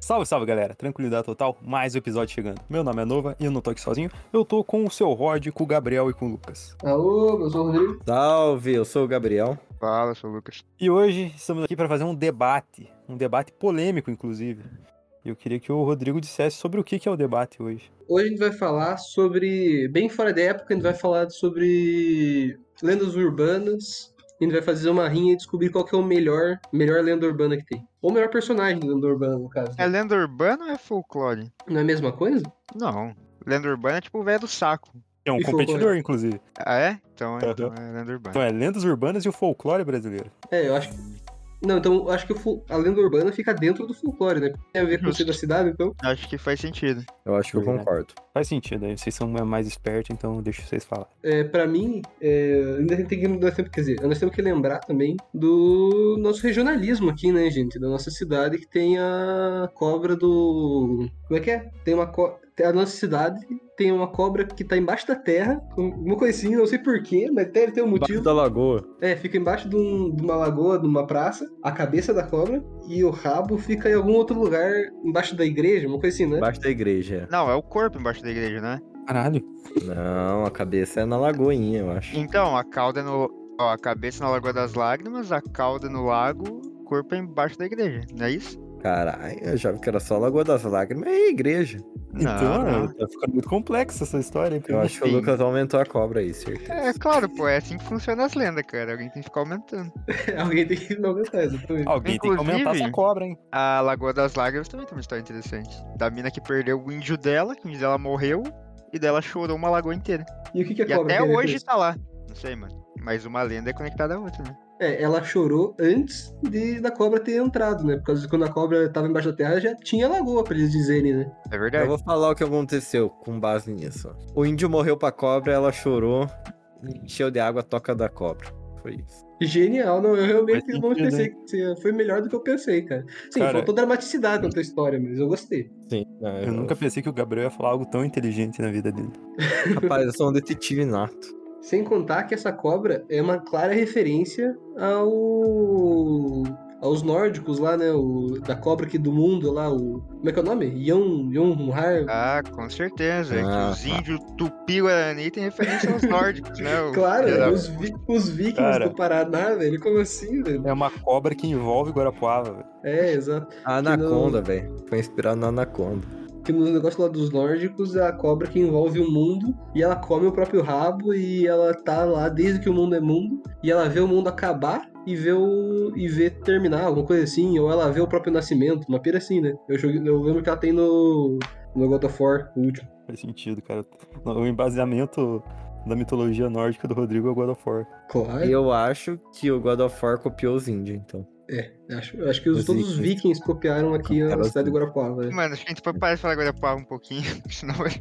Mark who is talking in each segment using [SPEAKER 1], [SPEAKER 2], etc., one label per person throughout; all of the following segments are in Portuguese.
[SPEAKER 1] Salve, salve galera, tranquilidade total, mais um episódio chegando. Meu nome é Nova e eu não tô aqui sozinho, eu tô com o seu Rod, com o Gabriel e com o Lucas.
[SPEAKER 2] Alô, eu sou o Rodrigo.
[SPEAKER 3] Salve, eu sou o Gabriel.
[SPEAKER 4] Fala, eu sou o Lucas.
[SPEAKER 1] E hoje estamos aqui para fazer um debate, um debate polêmico inclusive. Eu queria que o Rodrigo dissesse sobre o que que é o debate hoje.
[SPEAKER 2] Hoje a gente vai falar sobre, bem fora da época, a gente vai falar sobre lendas urbanas. A gente vai fazer uma rinha e descobrir qual que é o melhor, melhor lenda urbana que tem. Ou o melhor personagem de lenda urbana, no caso. né?
[SPEAKER 4] É lenda urbana ou é folclore?
[SPEAKER 2] Não é a mesma coisa?
[SPEAKER 4] Não. Lenda urbana é tipo o velho do saco.
[SPEAKER 1] É um
[SPEAKER 2] E
[SPEAKER 1] competidor,
[SPEAKER 2] folclore.
[SPEAKER 1] inclusive.
[SPEAKER 4] Ah, é? Então é,
[SPEAKER 1] Aham.
[SPEAKER 4] então é lenda
[SPEAKER 1] Então
[SPEAKER 4] urbana.
[SPEAKER 1] é lendas urbanas e o folclore brasileiro.
[SPEAKER 2] É, eu acho que... Não, então eu acho que o fol- a lenda urbana fica dentro do folclore, né? Tem a ver com o
[SPEAKER 4] Justo.
[SPEAKER 2] ser da cidade, então.
[SPEAKER 4] Acho que faz sentido.
[SPEAKER 3] Eu acho que eu
[SPEAKER 1] Verdade.
[SPEAKER 3] concordo.
[SPEAKER 1] é. Faz sentido, aí vocês são mais espertos, então deixa vocês falar.
[SPEAKER 2] É, pra mim, é, ainda tem que, nós temos, quer dizer, nós temos que lembrar também do nosso regionalismo aqui, né, gente? Da nossa cidade que tem a cobra do. Como é que é? Tem uma co... tem- A nossa cidade tem uma cobra que tá embaixo da terra, um- uma coisinha, não sei porquê, mas deve ter um
[SPEAKER 3] Baixo
[SPEAKER 2] motivo.
[SPEAKER 3] da lagoa.
[SPEAKER 2] É, fica embaixo de, um- de uma lagoa, de uma praça, a cabeça da cobra e o rabo fica em algum outro lugar embaixo da igreja, uma coisa assim, né?
[SPEAKER 3] Baixo da igreja.
[SPEAKER 4] Não, é o corpo embaixo da igreja, né?
[SPEAKER 1] Caralho.
[SPEAKER 3] Não, a cabeça é na lagoinha, eu acho.
[SPEAKER 4] Então, a cauda é no. Ó, a cabeça na Lagoa das Lágrimas, a cauda é no lago, o corpo é embaixo da igreja, não é isso?
[SPEAKER 3] Caralho, eu achava que era só a Lagoa das Lágrimas e igreja.
[SPEAKER 1] Então,
[SPEAKER 4] não.
[SPEAKER 1] tá ficando muito complexa essa história. aí pra
[SPEAKER 3] Eu
[SPEAKER 1] mim.
[SPEAKER 3] acho que o Lucas aumentou a cobra aí, certeza.
[SPEAKER 4] É claro, pô, é assim que funciona as lendas, cara. Alguém tem que ficar aumentando.
[SPEAKER 2] Alguém tem que não aguentar, exatamente.
[SPEAKER 1] Alguém tem que aumentar
[SPEAKER 4] Inclusive-
[SPEAKER 1] essa cobra, hein?
[SPEAKER 4] A Lagoa das Lágrimas também tem uma história interessante. Da mina que perdeu o índio dela, que o índio dela morreu, e dela chorou uma lagoa inteira.
[SPEAKER 2] E o que, que a
[SPEAKER 4] E
[SPEAKER 2] cobra
[SPEAKER 4] até
[SPEAKER 2] tem a ver com
[SPEAKER 4] hoje
[SPEAKER 2] isso?
[SPEAKER 4] tá lá. Não sei, mano. Mas uma lenda é conectada à outra, né?
[SPEAKER 2] É, ela chorou antes de, da cobra ter entrado, né? Por causa de quando a cobra tava embaixo da terra, já tinha lagoa, pra eles dizerem, né?
[SPEAKER 4] É
[SPEAKER 3] Eu
[SPEAKER 4] verdade.
[SPEAKER 3] vou falar o que aconteceu com base nisso. O índio morreu pra cobra, ela chorou, encheu de água a toca da cobra. Foi isso.
[SPEAKER 2] Genial, não, eu realmente
[SPEAKER 1] Faz
[SPEAKER 2] não
[SPEAKER 1] sentido, né?
[SPEAKER 2] pensei que tinha- foi melhor do que eu pensei, cara. Sim,
[SPEAKER 1] Cara-
[SPEAKER 2] faltou dramaticidade na tua história, mas eu gostei.
[SPEAKER 3] Sim.
[SPEAKER 1] é, Eu nunca pensei que o Gabriel ia falar algo tão inteligente na vida dele.
[SPEAKER 3] Rapaz, eu sou um detetive nato.
[SPEAKER 2] Sem contar que essa cobra é uma clara referência ao aos nórdicos lá, né? O, da cobra aqui do mundo lá, o como é que é o nome? Yon Yonhar.
[SPEAKER 4] Ah, com certeza. É que
[SPEAKER 3] Ah,
[SPEAKER 4] os índios tupi-guarani têm referência aos nórdicos, né? O-
[SPEAKER 2] Claro, é
[SPEAKER 4] Era-
[SPEAKER 2] os, vi- os vikings
[SPEAKER 1] Cara.
[SPEAKER 2] do Paraná, velho. Como assim, velho?
[SPEAKER 1] É uma cobra que envolve Guarapuava, velho.
[SPEAKER 2] É, exato.
[SPEAKER 3] A anaconda, velho. Foi inspirado na anaconda.
[SPEAKER 2] que no negócio lá dos nórdicos é a cobra que envolve o mundo e ela come o próprio rabo e ela tá lá desde que o mundo é mundo e ela vê o mundo acabar e vê o e vê terminar alguma coisa assim ou ela vê o próprio nascimento uma pira assim né eu joguei, eu lembro que ela tem no no God of War o último
[SPEAKER 1] Faz sentido, cara. O embasamento da mitologia nórdica do Rodrigo é o God of War.
[SPEAKER 2] claro
[SPEAKER 3] E eu acho que o God of War copiou os índios, então.
[SPEAKER 2] É, acho, acho que os-
[SPEAKER 3] Os
[SPEAKER 2] todos os vikings copiaram aqui a
[SPEAKER 3] Copiaram
[SPEAKER 2] cidade de
[SPEAKER 3] tudo.
[SPEAKER 2] Guarapuava né?
[SPEAKER 4] Mano, acho que a gente pode parar de falar Guarapuava um pouquinho, senão vai.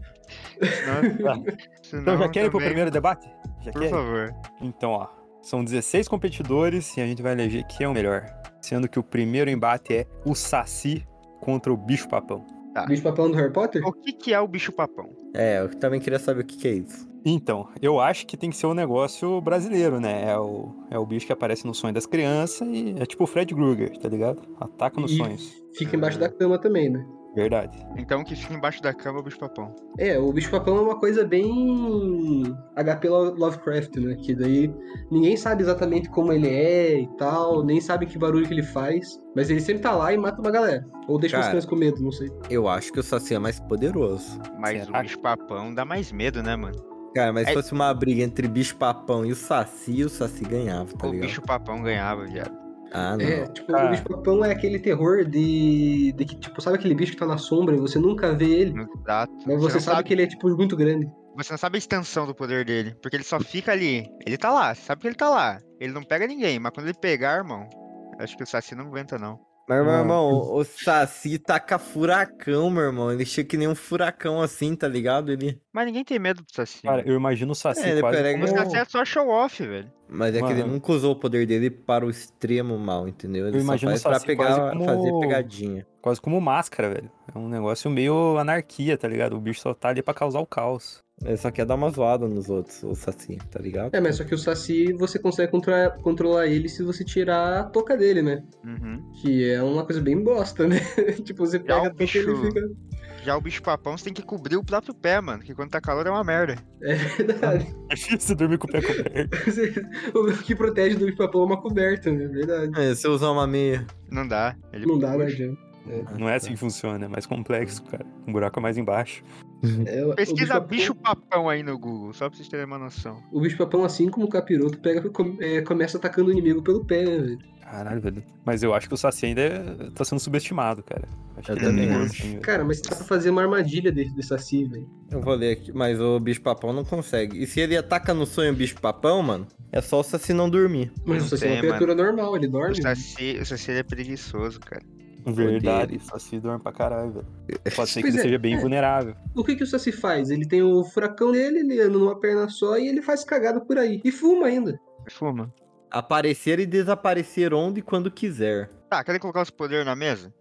[SPEAKER 4] senão- senão
[SPEAKER 1] Então já querem pro
[SPEAKER 4] também-
[SPEAKER 1] primeiro debate? Já
[SPEAKER 4] Por
[SPEAKER 1] querem?
[SPEAKER 4] favor.
[SPEAKER 1] Então, ó. São 16 competidores e a gente vai eleger quem é o melhor. Sendo que o primeiro embate é o Saci contra o Bicho Papão.
[SPEAKER 2] bicho papão do Harry Potter
[SPEAKER 4] O que, que é o bicho-papão?
[SPEAKER 3] É, eu também queria saber o que, que é isso.
[SPEAKER 1] Então, eu acho que tem que ser um negócio brasileiro, né? É o, é o bicho que aparece no sonho das crianças e é tipo o Fred Krueger, tá ligado? Ataca nos
[SPEAKER 2] E-
[SPEAKER 1] sonhos.
[SPEAKER 2] fica embaixo da cama também né
[SPEAKER 1] Verdade.
[SPEAKER 4] Então, o que fica embaixo da cama é o bicho-papão.
[SPEAKER 2] É, o bicho papão é uma coisa bem HP Lo- Lovecraft, né? Que daí ninguém sabe exatamente como ele é e tal, nem sabe que barulho que ele faz, mas ele sempre tá lá e mata uma galera. Ou deixa as
[SPEAKER 3] Cara.
[SPEAKER 2] crianças com medo, não sei.
[SPEAKER 3] Eu acho que o Saci é mais poderoso.
[SPEAKER 4] Mas
[SPEAKER 1] Será?
[SPEAKER 4] o bicho-papão dá mais medo, né, mano?
[SPEAKER 3] Cara, mas se
[SPEAKER 4] É-
[SPEAKER 3] fosse uma briga entre bicho-papão e o Saci, o Saci ganhava, tá
[SPEAKER 4] o
[SPEAKER 3] ligado?
[SPEAKER 4] bicho-papão ganhava, viado.
[SPEAKER 3] Ah, não.
[SPEAKER 2] É, tipo,
[SPEAKER 1] Ah.
[SPEAKER 2] o bicho papão é aquele terror de, de que, tipo, sabe aquele bicho que tá na sombra e você nunca vê ele,
[SPEAKER 4] Exato.
[SPEAKER 2] mas você,
[SPEAKER 4] não
[SPEAKER 2] sabe, que ele é, tipo, muito grande.
[SPEAKER 4] Você não sabe a extensão do poder dele, porque ele só fica ali. Ele tá lá, você sabe que ele tá lá. Ele não pega ninguém, mas quando ele pegar, irmão, acho que o Saci não aguenta, não.
[SPEAKER 3] Mas, meu
[SPEAKER 1] Ah.
[SPEAKER 3] irmão, o o Saci taca furacão, meu irmão. Ele chega que nem um furacão assim, tá ligado? Ele...
[SPEAKER 4] Mas ninguém tem medo do Saci.
[SPEAKER 1] Cara, eu imagino o Saci
[SPEAKER 2] né,
[SPEAKER 3] É, ele
[SPEAKER 1] quase
[SPEAKER 3] pega-
[SPEAKER 1] como
[SPEAKER 4] Mas o Saci é só show off, velho.
[SPEAKER 3] Mas é que ele
[SPEAKER 1] Mano.
[SPEAKER 3] nunca usou o poder dele para o extremo mal, entendeu? Ele
[SPEAKER 1] Eu
[SPEAKER 3] só
[SPEAKER 1] imagino o
[SPEAKER 3] faz pra
[SPEAKER 1] Saci quase
[SPEAKER 3] pegar,
[SPEAKER 1] como-
[SPEAKER 3] fazer pegadinha.
[SPEAKER 1] Quase como máscara, velho. É um negócio meio anarquia, tá ligado? O bicho só tá ali pra causar o caos.
[SPEAKER 3] Ele só quer dar uma zoada nos outros, o Saci, tá ligado?
[SPEAKER 2] É, mas só que o Saci você consegue contra- controlar ele se você tirar a toca dele, né?
[SPEAKER 4] Uhum.
[SPEAKER 2] Que é uma coisa bem bosta, né? tipo, você pega
[SPEAKER 4] um
[SPEAKER 2] a toca e ele
[SPEAKER 4] bicho.
[SPEAKER 2] fica.
[SPEAKER 4] Já o bicho papão, você tem que cobrir o próprio pé, mano. Que quando tá calor é uma merda.
[SPEAKER 2] É verdade.
[SPEAKER 1] É difícil dormir com o pé coberto.
[SPEAKER 2] o que protege do papão é uma coberta, né? É verdade.
[SPEAKER 3] É, se eu usar uma meia.
[SPEAKER 4] Não dá. Ele
[SPEAKER 2] Não dá, né? não
[SPEAKER 4] puxa.
[SPEAKER 2] adianta.
[SPEAKER 1] Não é assim que funciona, é mais complexo, cara. Um buraco é mais embaixo.
[SPEAKER 2] É, o
[SPEAKER 4] Pesquisa
[SPEAKER 2] bicho-papão-
[SPEAKER 4] bicho papão aí no Google, só pra vocês terem uma noção.
[SPEAKER 2] O bicho-papão, assim como o capiroto, pega, com- é, começa atacando o inimigo pelo pé, né, velho?
[SPEAKER 1] Caralho, velho. Mas eu acho que o Saci ainda é- tá sendo subestimado, cara. Acho
[SPEAKER 3] Eu
[SPEAKER 1] que ele
[SPEAKER 4] também
[SPEAKER 1] é meio
[SPEAKER 4] acho.
[SPEAKER 1] gordinho, velho.
[SPEAKER 2] Cara, mas tá- dá pra fazer uma armadilha desse, desse saci, velho.
[SPEAKER 3] Eu vou ler aqui, mas o bicho papão não consegue. E se ele ataca no sonho o bicho papão, mano, é só o Saci não dormir.
[SPEAKER 2] Mas o
[SPEAKER 4] Não
[SPEAKER 2] saci é
[SPEAKER 4] tem,
[SPEAKER 2] uma criatura normal, ele
[SPEAKER 4] O
[SPEAKER 2] dorme.
[SPEAKER 4] Saci, o Saci ele é preguiçoso, cara.
[SPEAKER 1] Verdade, o Saci dorme pra caralho, velho. Pode ser que
[SPEAKER 2] Pois
[SPEAKER 1] ele
[SPEAKER 2] é.
[SPEAKER 1] seja bem vulnerável.
[SPEAKER 2] O que, que o Saci faz? Ele tem o furacão dele, ele anda numa perna só e ele faz cagada por aí. E fuma ainda.
[SPEAKER 4] Fuma.
[SPEAKER 3] Aparecer e desaparecer onde e quando quiser.
[SPEAKER 4] Tá, querem colocar os poderes na mesa?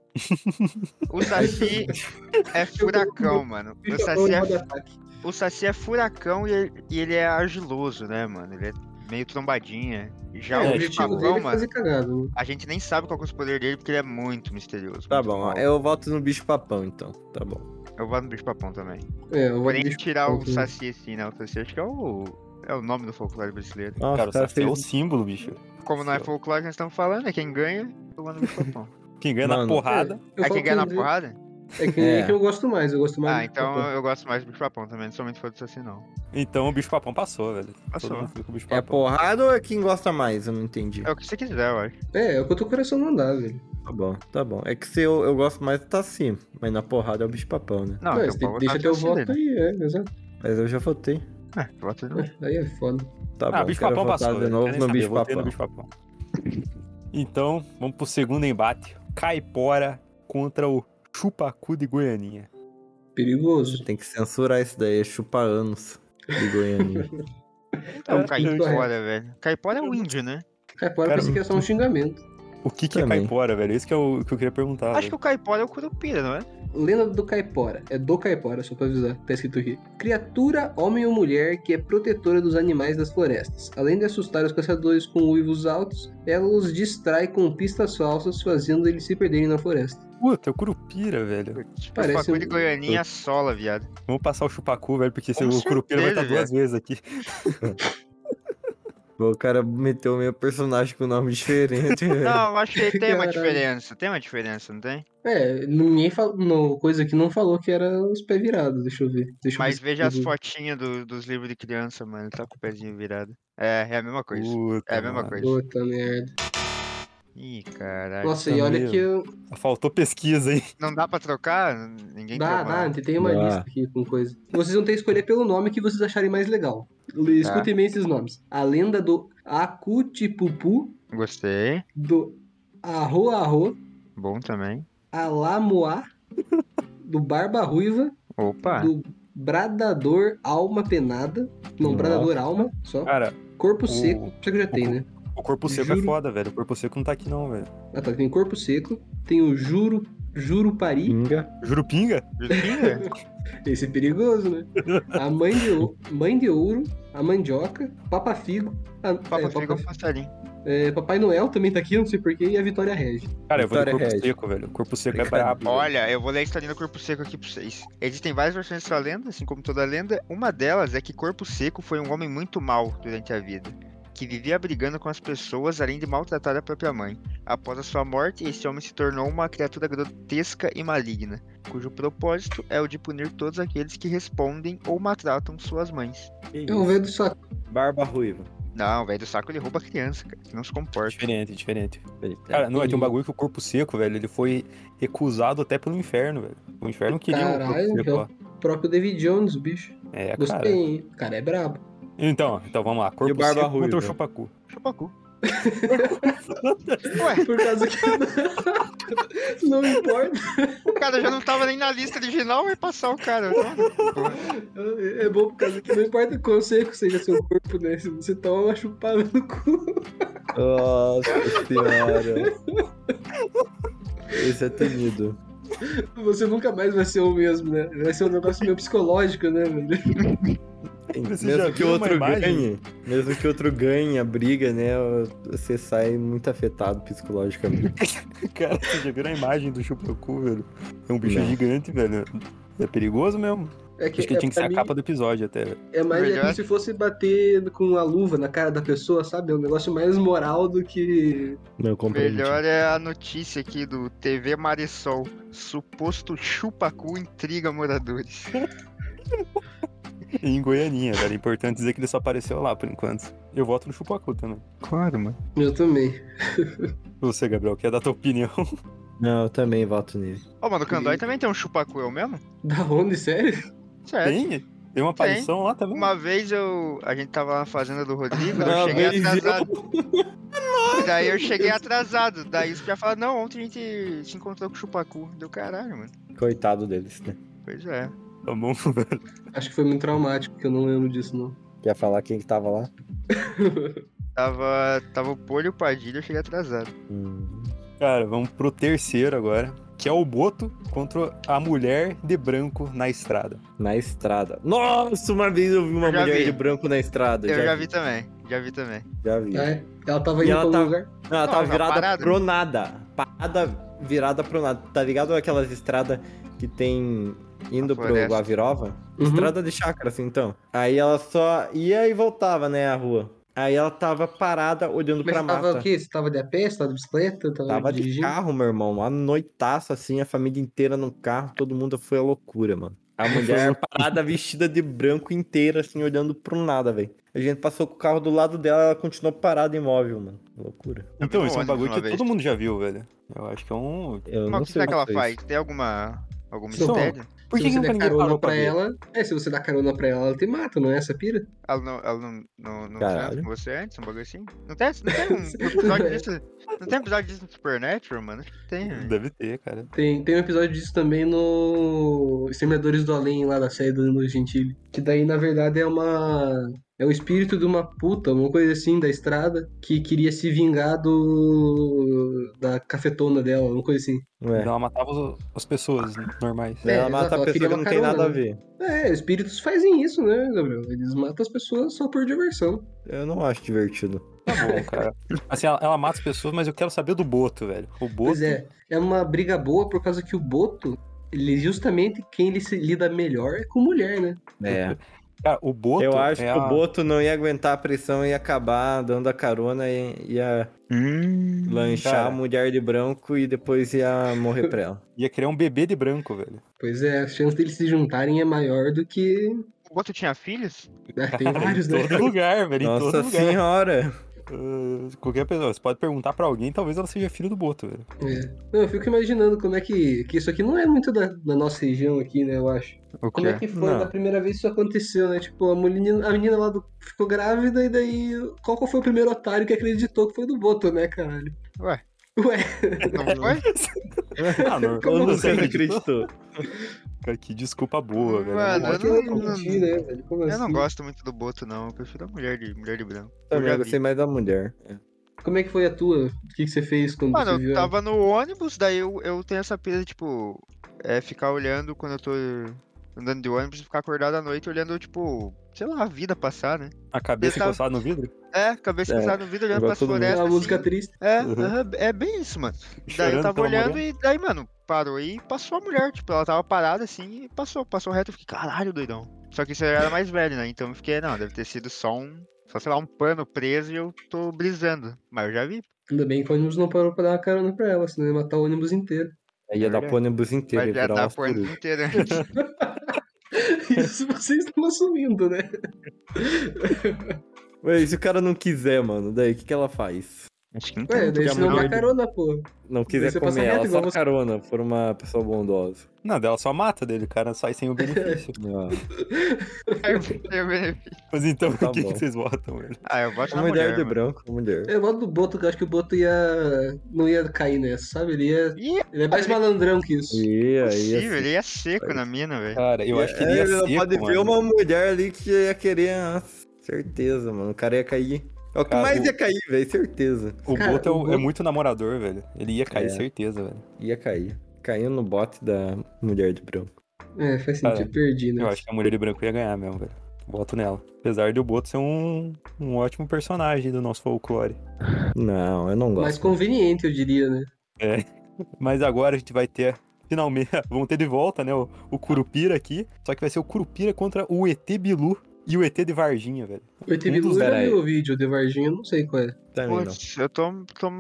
[SPEAKER 4] O Saci é furacão, mano. O
[SPEAKER 2] Bicho-papão
[SPEAKER 4] Saci
[SPEAKER 2] em
[SPEAKER 4] é,
[SPEAKER 2] modo ataque.
[SPEAKER 4] o Saci é furacão e ele, e ele é argiloso, né, mano? Ele é meio trombadinha. Já
[SPEAKER 1] É,
[SPEAKER 2] o
[SPEAKER 4] o bicho
[SPEAKER 2] objetivo dele
[SPEAKER 4] papão,
[SPEAKER 2] é
[SPEAKER 4] mano,
[SPEAKER 2] fazer cagada. né?
[SPEAKER 4] a gente nem sabe qual que é os poderes dele porque ele é muito misterioso.
[SPEAKER 3] Tá
[SPEAKER 4] muito
[SPEAKER 3] bom, ó,
[SPEAKER 4] mal.
[SPEAKER 3] eu voto no bicho papão então. Tá bom.
[SPEAKER 4] Eu vou no bicho papão também.
[SPEAKER 2] É, eu vou
[SPEAKER 4] Porém,
[SPEAKER 2] bicho
[SPEAKER 4] tirar o
[SPEAKER 2] papão, né?
[SPEAKER 4] Saci assim, né? O Saci acho que é o. É o nome do folclore brasileiro.
[SPEAKER 3] Nossa,
[SPEAKER 1] cara, o
[SPEAKER 3] cara,
[SPEAKER 1] Saci é o
[SPEAKER 3] fez-
[SPEAKER 1] símbolo, bicho.
[SPEAKER 4] Como não é
[SPEAKER 3] Sim.
[SPEAKER 4] folclore que nós estamos falando, é quem ganha, eu vou no bicho papão.
[SPEAKER 1] Quem ganha na
[SPEAKER 3] Mano,
[SPEAKER 1] porrada.
[SPEAKER 2] Eu
[SPEAKER 4] É
[SPEAKER 2] falo
[SPEAKER 4] quem ganha na
[SPEAKER 2] que-
[SPEAKER 4] porrada?
[SPEAKER 2] É que,
[SPEAKER 3] É.
[SPEAKER 2] é que eu gosto mais, eu gosto mais
[SPEAKER 4] Ah,
[SPEAKER 2] do
[SPEAKER 4] então
[SPEAKER 2] bicho-papão.
[SPEAKER 4] eu gosto mais do bicho papão também, não sou muito fã do Saci, não.
[SPEAKER 2] é.
[SPEAKER 1] Então o bicho papão passou, velho.
[SPEAKER 4] Passou.
[SPEAKER 1] Todo mundo fica com o bicho
[SPEAKER 3] É
[SPEAKER 1] papão.
[SPEAKER 3] porrada ou é quem gosta mais? Eu não entendi.
[SPEAKER 4] É o que você quiser, eu acho.
[SPEAKER 2] É, é o que o teu coração não dá, velho.
[SPEAKER 3] Tá bom, tá bom. É que se eu, eu gosto mais do Saci, mas na porrada é o bicho papão, né?
[SPEAKER 4] Não,
[SPEAKER 2] Não,
[SPEAKER 4] então
[SPEAKER 2] você
[SPEAKER 4] pode
[SPEAKER 2] deixa
[SPEAKER 4] votar
[SPEAKER 2] teu
[SPEAKER 4] no Saci
[SPEAKER 2] voto
[SPEAKER 4] dele.
[SPEAKER 2] aí, é, exato.
[SPEAKER 3] Mas eu já votei.
[SPEAKER 4] É, voto no...
[SPEAKER 2] Aí é foda.
[SPEAKER 3] Tá
[SPEAKER 1] ah,
[SPEAKER 3] bom,
[SPEAKER 1] o bicho
[SPEAKER 3] quero
[SPEAKER 1] papão
[SPEAKER 3] votar
[SPEAKER 1] passou.
[SPEAKER 3] de
[SPEAKER 1] velho.
[SPEAKER 3] novo
[SPEAKER 1] Quero nem
[SPEAKER 3] no
[SPEAKER 1] saber,
[SPEAKER 3] bicho
[SPEAKER 1] votei
[SPEAKER 3] papão.
[SPEAKER 1] no bicho papão. Então, vamos pro segundo embate. Caipora contra o Chupacu de Goianinha.
[SPEAKER 2] Perigoso.
[SPEAKER 3] Tem que censurar isso daí, é chupa anos de Goiânia.
[SPEAKER 4] Então,
[SPEAKER 1] É,
[SPEAKER 4] caipora, velho. Caipora é o índio, né?
[SPEAKER 2] É, agora
[SPEAKER 1] Cara,
[SPEAKER 2] pensei que era só um xingamento.
[SPEAKER 1] O que, que é
[SPEAKER 3] Também.
[SPEAKER 1] caipora, velho? Isso que é o que eu queria perguntar.
[SPEAKER 4] Acho
[SPEAKER 1] velho.
[SPEAKER 4] que o caipora é o curupira, não é?
[SPEAKER 2] Lenda do Caipora. É do Caipora, só pra avisar. Tá escrito aqui. Criatura, homem ou mulher, que é protetora dos animais das florestas. Além de assustar os caçadores com uivos altos, ela os distrai com pistas falsas, fazendo eles se perderem na floresta.
[SPEAKER 1] Puta, é o Curupira, velho.
[SPEAKER 4] Tipo,
[SPEAKER 2] Parece
[SPEAKER 4] o bagulho de
[SPEAKER 2] um-
[SPEAKER 4] goianinha sola, viado.
[SPEAKER 1] Vamos passar o Chupacu, velho, porque se
[SPEAKER 4] Com
[SPEAKER 1] o Curupira vai estar
[SPEAKER 4] certeza,
[SPEAKER 1] duas vezes aqui.
[SPEAKER 3] Pô, o cara meteu meu personagem com nome diferente. velho.
[SPEAKER 4] Não, eu acho que tem uma
[SPEAKER 2] É. Caralho.
[SPEAKER 4] diferença. Tem uma diferença, não tem?
[SPEAKER 2] É, ninguém falou. não, Coisa que não falou que era os pés virados. Deixa eu ver. Deixa eu
[SPEAKER 4] Mas
[SPEAKER 2] ver.
[SPEAKER 4] veja as fotinhas do- dos livros de criança, mano. Tá com o pezinho virado. É, é a mesma coisa.
[SPEAKER 1] Puta,
[SPEAKER 4] É a mesma
[SPEAKER 1] mano.
[SPEAKER 4] coisa.
[SPEAKER 2] Puta merda.
[SPEAKER 4] Ih, caralho.
[SPEAKER 2] Nossa, e olha que eu.
[SPEAKER 1] Faltou pesquisa, hein?
[SPEAKER 4] Não dá pra trocar? Ninguém
[SPEAKER 2] Dá,
[SPEAKER 4] trocou, né?
[SPEAKER 2] dá, tem uma
[SPEAKER 3] Dá.
[SPEAKER 2] lista aqui com coisa. Vocês vão ter que escolher pelo nome que vocês acharem mais legal. L-
[SPEAKER 4] Tá.
[SPEAKER 2] Escutem bem esses nomes. A lenda do Acutipupu,
[SPEAKER 4] Gostei.
[SPEAKER 2] do Arro Arro,
[SPEAKER 4] Bom também.
[SPEAKER 2] Alamoá, do Barba Ruiva,
[SPEAKER 4] Opa.
[SPEAKER 2] do Bradador Alma Penada. Não,
[SPEAKER 3] Nossa.
[SPEAKER 2] Bradador Alma, só.
[SPEAKER 1] Cara,
[SPEAKER 2] Corpo
[SPEAKER 1] o-
[SPEAKER 2] Seco, isso que eu já tenho, né?
[SPEAKER 1] o corpo seco é
[SPEAKER 2] Juro.
[SPEAKER 1] foda, velho. O corpo seco não tá aqui, não, velho.
[SPEAKER 2] Ah, tá, tem Corpo Seco, tem o Juro, Jurupari,
[SPEAKER 3] Pinga.
[SPEAKER 1] Jurupinga?
[SPEAKER 4] Jutinha?
[SPEAKER 2] esse é perigoso, né? A Mãe de, Ou- Mãe de Ouro, a Mandioca, Papa Figo, a,
[SPEAKER 4] Papa
[SPEAKER 2] é,
[SPEAKER 4] Frigo é um passarinho.
[SPEAKER 2] É, Papai Noel também tá aqui, não sei porquê, e a Vitória Regi.
[SPEAKER 1] Cara, eu vou de
[SPEAKER 3] Vitória
[SPEAKER 1] corpo
[SPEAKER 3] Regi.
[SPEAKER 1] seco, velho. O corpo seco é
[SPEAKER 3] Brincadeira.
[SPEAKER 1] brabo. velho.
[SPEAKER 4] Olha, eu vou ler a historinha do Corpo Seco aqui pra vocês. Existem várias versões dessa lenda, assim como toda lenda. Uma delas é que Corpo Seco foi um homem muito mau durante a vida, que vivia brigando com as pessoas, além de maltratar a própria mãe. Após a sua morte, esse homem se tornou uma criatura grotesca e maligna, cujo propósito é o de punir todos aqueles que respondem ou maltratam suas mães.
[SPEAKER 2] É um velho do saco.
[SPEAKER 3] Barba ruiva.
[SPEAKER 4] Não, velho do saco ele rouba a criança, cara. Não se comporta.
[SPEAKER 1] Diferente, diferente.
[SPEAKER 3] Cara,
[SPEAKER 1] Cara, não, é de um
[SPEAKER 2] entendi.
[SPEAKER 1] bagulho que o corpo seco, velho, ele foi recusado até pelo inferno, velho. O inferno não queria
[SPEAKER 2] Caralho,
[SPEAKER 1] o corpo seco, ó.
[SPEAKER 2] O próprio David Jones, o bicho.
[SPEAKER 1] É,
[SPEAKER 2] Gostei,
[SPEAKER 1] cara.
[SPEAKER 2] hein? O cara é brabo.
[SPEAKER 1] Então, então vamos lá. Corpo
[SPEAKER 3] o Barba
[SPEAKER 1] seco contra
[SPEAKER 3] Ruiva?
[SPEAKER 1] o chupacu.
[SPEAKER 4] Chupacu. Ué,
[SPEAKER 2] Por causa que. não importa.
[SPEAKER 4] O cara já não tava nem na lista original, vai passar o cara. né? Não,
[SPEAKER 2] É bom por causa que não importa quão seco seja seu corpo, né? Se Você toma uma chupada no cu.
[SPEAKER 3] Nossa senhora. Esse é temido.
[SPEAKER 2] Você nunca mais vai ser o mesmo, né? Vai ser um negócio meio psicológico, né, velho?
[SPEAKER 1] Você já
[SPEAKER 3] mesmo que
[SPEAKER 1] viu
[SPEAKER 3] o
[SPEAKER 1] uma
[SPEAKER 3] outro
[SPEAKER 1] imagem?
[SPEAKER 3] ganhe, mesmo que o outro ganhe a briga, né? Você sai muito afetado psicologicamente.
[SPEAKER 1] Cara, você já viu a imagem do Chupacu, velho? É um bicho
[SPEAKER 3] Não.
[SPEAKER 1] gigante, velho. É perigoso mesmo.
[SPEAKER 2] É que,
[SPEAKER 1] Acho que
[SPEAKER 2] é,
[SPEAKER 1] tinha que ser
[SPEAKER 2] pra
[SPEAKER 1] a
[SPEAKER 2] mim,
[SPEAKER 1] capa do episódio até, velho.
[SPEAKER 2] é mais é
[SPEAKER 4] Melhor.
[SPEAKER 2] como se fosse bater com a luva na cara da pessoa, sabe? É um negócio mais moral do que.
[SPEAKER 3] Não compreendo.
[SPEAKER 4] Melhor é a notícia aqui do TV Marisol. Suposto chupacu intriga moradores.
[SPEAKER 1] E Em Goianinha, velho. É importante dizer que ele só apareceu lá por enquanto. Eu voto no Chupacu também.
[SPEAKER 4] Claro, mano.
[SPEAKER 2] Eu também.
[SPEAKER 1] Você, Gabriel, quer dar tua opinião?
[SPEAKER 3] Não, eu também voto nele.
[SPEAKER 4] Ô, mano, o Candói também tem um chupacu, eu mesmo?
[SPEAKER 2] Da onde, sério?
[SPEAKER 4] Certo.
[SPEAKER 1] Tem? Tem uma aparição lá também?
[SPEAKER 4] É. Uma vez eu. A gente tava na fazenda do Rodrigo,
[SPEAKER 3] Uma
[SPEAKER 4] eu cheguei
[SPEAKER 3] vez
[SPEAKER 4] atrasado. Daí eu cheguei atrasado. Daí os caras falaram, não, ontem a gente se encontrou com o Chupacu. Deu caralho, mano.
[SPEAKER 3] Coitado deles, né?
[SPEAKER 4] Pois é.
[SPEAKER 1] Tá bom, velho.
[SPEAKER 2] Acho que foi muito traumático, que eu não lembro disso, não.
[SPEAKER 3] Quer falar quem que tava lá?
[SPEAKER 4] Tava. Tava o Polho e o Padilha, eu cheguei atrasado.
[SPEAKER 3] Hum.
[SPEAKER 1] Cara, vamos pro terceiro agora. Que é o Boto contra a mulher de branco na estrada.
[SPEAKER 3] Na estrada. Nossa, uma vez eu vi uma
[SPEAKER 4] Eu já
[SPEAKER 3] mulher
[SPEAKER 4] vi.
[SPEAKER 3] de branco na estrada.
[SPEAKER 4] Eu já vi também. Já vi também.
[SPEAKER 3] Já vi.
[SPEAKER 2] Ah, é? Ela tava
[SPEAKER 3] E
[SPEAKER 2] indo
[SPEAKER 3] ela
[SPEAKER 2] pra um
[SPEAKER 3] tava-
[SPEAKER 2] lugar.
[SPEAKER 3] Não, ela
[SPEAKER 4] Não,
[SPEAKER 3] tava
[SPEAKER 4] não,
[SPEAKER 3] virada
[SPEAKER 4] parada.
[SPEAKER 3] pro nada. Parada virada pro nada. Tá ligado aquelas estradas que tem indo
[SPEAKER 4] A
[SPEAKER 3] pro
[SPEAKER 4] floresta.
[SPEAKER 3] Guavirova?
[SPEAKER 2] Uhum.
[SPEAKER 3] Estrada de chácara, assim, então. Aí ela só ia e voltava, né, a rua. Aí ela tava parada olhando
[SPEAKER 2] Mas
[SPEAKER 3] pra
[SPEAKER 2] tava
[SPEAKER 3] mata.
[SPEAKER 2] o quê? Você tava de a pé? Você tava de bicicleta? Tava,
[SPEAKER 3] é. Tava de
[SPEAKER 2] dirigindo?
[SPEAKER 3] carro, meu irmão. Uma noitaça, assim, a família inteira num carro, todo mundo foi a loucura, mano. A mulher parada vestida de branco inteira, assim, olhando pro nada, velho. A gente passou com o carro do lado dela, ela continuou parada imóvel, mano. Loucura.
[SPEAKER 4] Eu
[SPEAKER 1] Então,
[SPEAKER 4] vi no
[SPEAKER 1] isso é um
[SPEAKER 4] ônibus
[SPEAKER 1] bagulho
[SPEAKER 4] uma
[SPEAKER 1] que
[SPEAKER 4] vez.
[SPEAKER 1] todo mundo já viu, velho. Eu acho que é um.
[SPEAKER 3] Eu
[SPEAKER 4] Mas
[SPEAKER 3] não
[SPEAKER 4] o que
[SPEAKER 3] sei
[SPEAKER 4] será que ela
[SPEAKER 3] foi
[SPEAKER 4] faz?
[SPEAKER 3] isso.
[SPEAKER 4] Tem alguma. algum
[SPEAKER 2] Então,
[SPEAKER 4] mistério?
[SPEAKER 1] Por que,
[SPEAKER 2] se
[SPEAKER 3] um
[SPEAKER 1] que nunca
[SPEAKER 2] você der
[SPEAKER 1] ninguém
[SPEAKER 2] carona
[SPEAKER 1] parou
[SPEAKER 2] pra
[SPEAKER 1] pra ver?
[SPEAKER 2] ela. É, se você dá carona pra ela, ela te mata, não é essa pira?
[SPEAKER 4] Ela não, ela não, não, não
[SPEAKER 3] Caralho.
[SPEAKER 4] transa com você antes, um bagulho assim? Não tem, não tem um episódio disso. Não tem episódio disso no Supernatural, mano? Acho que tem, velho.
[SPEAKER 1] Deve ter, cara.
[SPEAKER 2] Tem, tem um episódio disso também no Exterminadores do Além, lá da série do Danilo Gentili. Que daí, na verdade, é uma. É o espírito de uma puta, uma coisa assim, da estrada, que queria se vingar do. da cafetona dela, uma coisa assim.
[SPEAKER 3] Ué.
[SPEAKER 1] Ela matava os- as pessoas normais.
[SPEAKER 2] É,
[SPEAKER 3] ela
[SPEAKER 2] exato,
[SPEAKER 3] mata
[SPEAKER 2] ela
[SPEAKER 3] a pessoa
[SPEAKER 2] queria
[SPEAKER 3] que
[SPEAKER 2] uma
[SPEAKER 3] não tem
[SPEAKER 2] carona,
[SPEAKER 3] nada a
[SPEAKER 2] né?
[SPEAKER 3] ver.
[SPEAKER 2] É, espíritos fazem isso, né, Gabriel? Eles matam as pessoas só por diversão.
[SPEAKER 3] Eu não acho divertido.
[SPEAKER 1] Tá bom, cara. Assim, ela, ela mata as pessoas, mas eu quero saber do Boto, velho. O Boto.
[SPEAKER 2] Pois é, é uma briga boa por causa que o Boto, ele é justamente quem ele se lida melhor é com mulher, né?
[SPEAKER 3] É.
[SPEAKER 1] Cara, o Boto.
[SPEAKER 3] Eu acho
[SPEAKER 1] é
[SPEAKER 3] que
[SPEAKER 1] a-
[SPEAKER 3] o Boto não ia aguentar a pressão e ia acabar dando a carona e ia lanchar
[SPEAKER 1] cara.
[SPEAKER 3] a mulher de branco e depois ia morrer pra ela.
[SPEAKER 1] ia criar um bebê de branco, velho.
[SPEAKER 2] Pois é, a chance deles se juntarem é maior do que.
[SPEAKER 4] O outro tinha filhos?
[SPEAKER 2] né, Tem vários, né?
[SPEAKER 1] Em todo lugar, velho. em
[SPEAKER 3] Nossa
[SPEAKER 1] todo lugar.
[SPEAKER 3] senhora!
[SPEAKER 1] Ah, qualquer pessoa. Você pode perguntar pra alguém, talvez ela seja filha do Boto, velho.
[SPEAKER 2] É. Não, eu fico imaginando como é que, que isso aqui não é muito da, da nossa região aqui, né, eu acho.
[SPEAKER 4] O
[SPEAKER 2] Como é que foi
[SPEAKER 3] Não.
[SPEAKER 2] da primeira vez que isso aconteceu, né? Tipo, a menina, a menina lá do- ficou grávida e daí qual que foi o primeiro otário que acreditou que foi do Boto, né, caralho?
[SPEAKER 4] Ué.
[SPEAKER 2] Ué,
[SPEAKER 4] Não foi?
[SPEAKER 1] Ah, não,
[SPEAKER 2] Como
[SPEAKER 1] eu não
[SPEAKER 3] Você
[SPEAKER 1] sei
[SPEAKER 3] não
[SPEAKER 1] acreditar.
[SPEAKER 3] acreditou?
[SPEAKER 1] Cara, que desculpa boa, velho.
[SPEAKER 4] Mano,
[SPEAKER 1] Não
[SPEAKER 4] eu
[SPEAKER 1] pode-
[SPEAKER 2] que
[SPEAKER 4] não-
[SPEAKER 2] mentir, né, velho? Como
[SPEAKER 4] Eu não
[SPEAKER 2] assim?
[SPEAKER 4] gosto muito do Boto, não. Eu prefiro a mulher de, mulher de branco. Eu já
[SPEAKER 3] Também
[SPEAKER 4] vi.
[SPEAKER 3] gostei mais da mulher.
[SPEAKER 2] Como é que foi a tua? O que, que você fez quando
[SPEAKER 4] Mano,
[SPEAKER 2] você viu?
[SPEAKER 4] eu
[SPEAKER 2] ela?
[SPEAKER 4] tava no ônibus, daí eu, eu tenho essa pira, de, tipo, é ficar olhando quando eu tô andando de ônibus, ficar acordado à noite olhando, tipo, sei lá, a vida passar, né?
[SPEAKER 1] A cabeça
[SPEAKER 4] Eu tava-
[SPEAKER 1] encostada no vidro?
[SPEAKER 4] É, cabeça
[SPEAKER 3] É,
[SPEAKER 4] pesada no vidro, olhando
[SPEAKER 3] igual
[SPEAKER 4] pras
[SPEAKER 3] todo mundo.
[SPEAKER 4] florestas.
[SPEAKER 2] Aquela música
[SPEAKER 4] assim.
[SPEAKER 2] triste.
[SPEAKER 4] É,
[SPEAKER 1] Uhum.
[SPEAKER 4] aham, é bem isso, mano. Daí
[SPEAKER 1] Chorando
[SPEAKER 4] eu tava
[SPEAKER 1] pela mulher.
[SPEAKER 4] olhando e daí, mano, parou e passou a mulher, tipo, ela tava parada assim e passou, passou reto, eu fiquei, caralho, doidão. Só que isso eu era mais velho, né? Então eu fiquei, não, deve ter sido só um, só sei lá, um pano preso e eu tô brisando. Mas eu já vi.
[SPEAKER 2] Ainda bem que o ônibus não parou pra dar uma carona pra ela, senão ia matar o ônibus inteiro.
[SPEAKER 3] Aí ia dar
[SPEAKER 4] Verdade.
[SPEAKER 3] pro ônibus inteiro,
[SPEAKER 4] Vai
[SPEAKER 3] ia virar um
[SPEAKER 4] viadar
[SPEAKER 3] uma
[SPEAKER 4] a porta
[SPEAKER 3] coruja.
[SPEAKER 4] inteira.
[SPEAKER 2] Isso vocês estão assumindo, né?
[SPEAKER 3] Ué, e se o cara não quiser, mano, daí o que, que ela faz?
[SPEAKER 4] Acho que não
[SPEAKER 2] Ué, daí
[SPEAKER 3] Porque a
[SPEAKER 2] você não dá
[SPEAKER 3] mulher-
[SPEAKER 2] carona, pô.
[SPEAKER 3] Não quiser
[SPEAKER 2] Você passa
[SPEAKER 3] comer, ela
[SPEAKER 2] reto igual
[SPEAKER 3] só
[SPEAKER 2] você.
[SPEAKER 3] carona por uma pessoa bondosa.
[SPEAKER 1] Não, dela só mata dele, o cara sai sem o benefício.
[SPEAKER 3] Ah,
[SPEAKER 4] tem.
[SPEAKER 1] Mas então,
[SPEAKER 3] Tá
[SPEAKER 1] o que,
[SPEAKER 3] bom.
[SPEAKER 1] que vocês votam, velho?
[SPEAKER 4] Ah, eu boto
[SPEAKER 3] uma
[SPEAKER 4] na
[SPEAKER 3] mulher,
[SPEAKER 4] mulher,
[SPEAKER 3] de
[SPEAKER 4] mano.
[SPEAKER 3] branco, uma mulher.
[SPEAKER 2] Eu voto É, do Boto, que eu acho que o Boto ia. não ia cair nessa, sabe? Ele ia.
[SPEAKER 4] Ih,
[SPEAKER 2] Ele é mais malandrão que isso.
[SPEAKER 3] E aí,
[SPEAKER 4] possível,
[SPEAKER 3] assim,
[SPEAKER 4] ele ia seco na mina, velho.
[SPEAKER 1] Cara, eu acho que ele
[SPEAKER 3] é,
[SPEAKER 1] ia
[SPEAKER 3] não
[SPEAKER 1] seco,
[SPEAKER 3] pode ver
[SPEAKER 1] mano.
[SPEAKER 3] uma mulher ali que ia querer, ah, certeza, mano, o cara ia cair. É o que
[SPEAKER 1] Cara,
[SPEAKER 3] mais
[SPEAKER 1] o-
[SPEAKER 3] ia cair, velho, certeza.
[SPEAKER 1] O
[SPEAKER 2] Cara,
[SPEAKER 1] Boto é,
[SPEAKER 2] o
[SPEAKER 1] o- é
[SPEAKER 2] Boto-
[SPEAKER 1] muito namorador, velho. Ele ia cair,
[SPEAKER 3] É.
[SPEAKER 1] certeza, velho.
[SPEAKER 3] Ia cair. Caiu no bote da mulher de branco.
[SPEAKER 2] É, faz sentido,
[SPEAKER 1] Cara,
[SPEAKER 2] perdi, né?
[SPEAKER 1] Eu acho que a mulher de branco ia ganhar mesmo, velho. Boto nela. Apesar de o Boto ser um, um ótimo personagem do nosso folclore.
[SPEAKER 3] Não, eu não gosto.
[SPEAKER 2] Mais conveniente, eu diria, né?
[SPEAKER 1] Mas agora a gente vai ter, finalmente, vamos ter de volta, né? O, o Curupira aqui. Só que vai ser o Curupira contra o ET Bilu e o ET de Varginha, velho.
[SPEAKER 2] O ET Bilu,
[SPEAKER 1] dos
[SPEAKER 2] eu já
[SPEAKER 3] Verai.
[SPEAKER 2] vi o vídeo de Varginha, eu não sei qual é.
[SPEAKER 3] Também não.
[SPEAKER 4] Putz, eu tô, tô-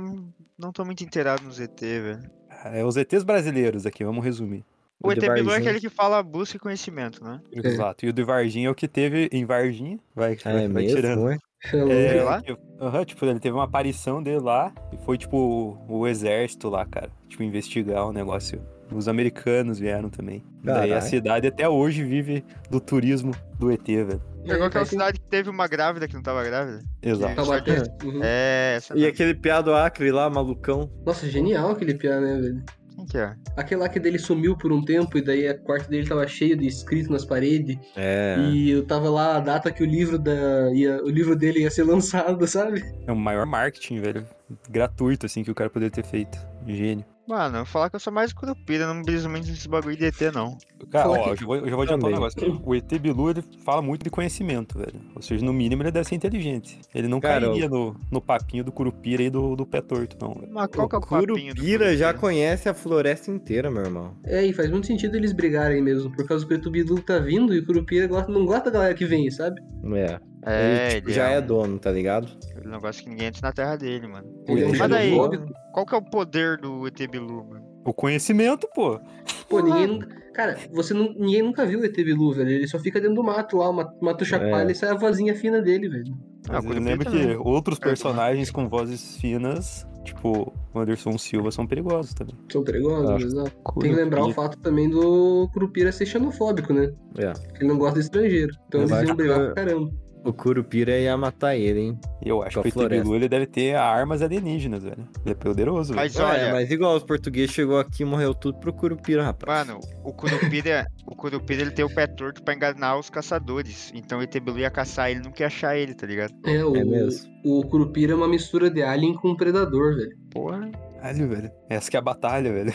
[SPEAKER 4] não tô muito inteirado no ZT, velho.
[SPEAKER 1] É os ETs brasileiros aqui, vamos resumir.
[SPEAKER 4] O
[SPEAKER 3] O
[SPEAKER 4] ET
[SPEAKER 3] de
[SPEAKER 4] Bilu é
[SPEAKER 3] Varginha.
[SPEAKER 4] aquele que fala busca e conhecimento, né?
[SPEAKER 2] É.
[SPEAKER 1] Exato. E o de Varginha é o que teve em Varginha. Vai,
[SPEAKER 3] Ah,
[SPEAKER 1] vai,
[SPEAKER 3] é
[SPEAKER 1] vai tirando.
[SPEAKER 3] mesmo, é?
[SPEAKER 2] É
[SPEAKER 1] É,
[SPEAKER 2] louco.
[SPEAKER 4] lá?
[SPEAKER 1] que- aham, tipo, ele teve uma aparição dele lá e foi, tipo, o- o, exército lá, cara. Tipo, investigar o negócio. Os americanos vieram também. Daí a
[SPEAKER 3] Caralho.
[SPEAKER 1] cidade até hoje vive do turismo do ET, velho.
[SPEAKER 2] É,
[SPEAKER 4] É igual aquela
[SPEAKER 2] faz sentido.
[SPEAKER 4] cidade que teve uma grávida que não tava grávida.
[SPEAKER 1] Exato.
[SPEAKER 2] Taubaté. Uhum.
[SPEAKER 4] É, essa
[SPEAKER 3] E
[SPEAKER 4] não.
[SPEAKER 3] aquele piado acre lá, malucão.
[SPEAKER 2] Nossa, genial aquele piá, né, velho?
[SPEAKER 4] Quem que é?
[SPEAKER 2] Aquele lá que dele sumiu por um tempo e daí a quarto dele tava cheio de escrito nas paredes.
[SPEAKER 3] É.
[SPEAKER 2] E eu tava lá a data que o livro da. ia- o livro dele ia ser lançado, sabe?
[SPEAKER 1] É o maior marketing, velho. Gratuito, assim, que o cara poderia ter feito. Gênio.
[SPEAKER 4] Mano, eu vou falar que eu sou mais curupira, não briso muito nesse bagulho de ET, não.
[SPEAKER 1] Cara,
[SPEAKER 2] Fala
[SPEAKER 1] ó,
[SPEAKER 2] aqui.
[SPEAKER 1] eu já vou, eu já vou adiantar um
[SPEAKER 3] Também.
[SPEAKER 1] negócio. aqui. O ET Bilu, ele fala muito de conhecimento, velho. Ou seja, no mínimo ele deve ser inteligente. Ele não
[SPEAKER 3] Cara, eu-
[SPEAKER 1] cairia no, no papinho do curupira e do, do pé torto, não, velho.
[SPEAKER 4] Mas qual que é o papinho do
[SPEAKER 3] Curupira já conhece a floresta inteira, meu irmão.
[SPEAKER 2] É, e faz muito sentido eles brigarem mesmo, por causa que o Etubidu tá vindo e o Curupira gosta- não gosta da galera que vem, sabe?
[SPEAKER 3] É.
[SPEAKER 4] É,
[SPEAKER 3] ele,
[SPEAKER 4] ele,
[SPEAKER 3] tipo, já é dono, tá ligado?
[SPEAKER 4] um negócio que ninguém entra na terra dele, mano.
[SPEAKER 1] Ele é um
[SPEAKER 4] Mas daí,
[SPEAKER 2] xenofóbico.
[SPEAKER 4] qual que é o poder do ET Bilu, mano?
[SPEAKER 1] O conhecimento,
[SPEAKER 4] Ah,
[SPEAKER 1] pô.
[SPEAKER 2] Pô, ninguém nunca. Cara, você não, ninguém nunca viu o ET Bilu, velho. Ele só fica dentro do mato lá, o ma- mato
[SPEAKER 3] É.
[SPEAKER 2] chapalha e sai a vozinha fina dele, velho.
[SPEAKER 1] Mas
[SPEAKER 4] Ah,
[SPEAKER 1] eu
[SPEAKER 4] Curupira
[SPEAKER 1] lembro
[SPEAKER 4] também.
[SPEAKER 1] que outros
[SPEAKER 4] É, também.
[SPEAKER 1] personagens com vozes finas, tipo o Anderson Silva, são perigosos também.
[SPEAKER 2] São
[SPEAKER 1] Ah,
[SPEAKER 2] perigosos, exato. Tem que
[SPEAKER 1] Curupira.
[SPEAKER 2] lembrar o fato também do Curupira ser xenofóbico, né?
[SPEAKER 3] É.
[SPEAKER 2] Ele não gosta de estrangeiro. Então
[SPEAKER 3] Eu
[SPEAKER 2] eles
[SPEAKER 3] acho
[SPEAKER 2] iam brigar
[SPEAKER 3] que-
[SPEAKER 2] pra caramba.
[SPEAKER 3] O Curupira ia matar ele, hein?
[SPEAKER 1] Eu acho
[SPEAKER 3] Com a
[SPEAKER 1] que o ET
[SPEAKER 3] floresta.
[SPEAKER 1] Bilu, ele deve ter armas alienígenas, velho. Ele é poderoso, velho.
[SPEAKER 4] Mas olha,
[SPEAKER 3] É, mas igual os portugueses chegou aqui e morreu tudo pro Curupira, rapaz.
[SPEAKER 4] Mano, o Curupira, o Curupira ele tem o pé torto pra enganar os caçadores. Então o ET Bilu ia caçar ele, não quer achar ele, tá ligado?
[SPEAKER 2] É, o,
[SPEAKER 3] É mesmo.
[SPEAKER 2] o Curupira é uma mistura de alien com predador, velho.
[SPEAKER 4] Porra.
[SPEAKER 1] Caralho, velho. Essa que é a batalha, velho.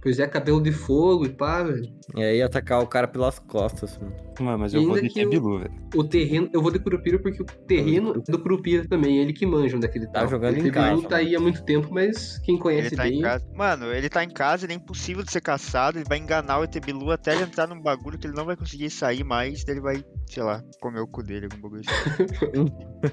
[SPEAKER 2] Pois é, cabelo de fogo e pá, velho.
[SPEAKER 3] E aí ia atacar o cara pelas costas, mano.
[SPEAKER 1] Mano, mas
[SPEAKER 2] E
[SPEAKER 1] eu vou
[SPEAKER 2] ainda
[SPEAKER 1] de
[SPEAKER 2] que
[SPEAKER 1] ET
[SPEAKER 2] o-
[SPEAKER 1] Bilu, velho.
[SPEAKER 2] O terreno, eu vou de Curupira porque o terreno é do Curupira também, ele que manja onde é que ele tá.
[SPEAKER 3] Tá jogando
[SPEAKER 2] o
[SPEAKER 3] em
[SPEAKER 2] ET Bilu
[SPEAKER 3] casa,
[SPEAKER 2] tá aí há muito tempo, mas quem
[SPEAKER 4] Ele
[SPEAKER 2] conhece
[SPEAKER 4] tá em
[SPEAKER 2] bem.
[SPEAKER 4] casa. Mano, ele tá em casa, ele é impossível de ser caçado, ele vai enganar o ET Bilu até ele entrar num bagulho que ele não vai conseguir sair mais, daí ele vai, sei lá, comer o cu dele, algum bagulho assim.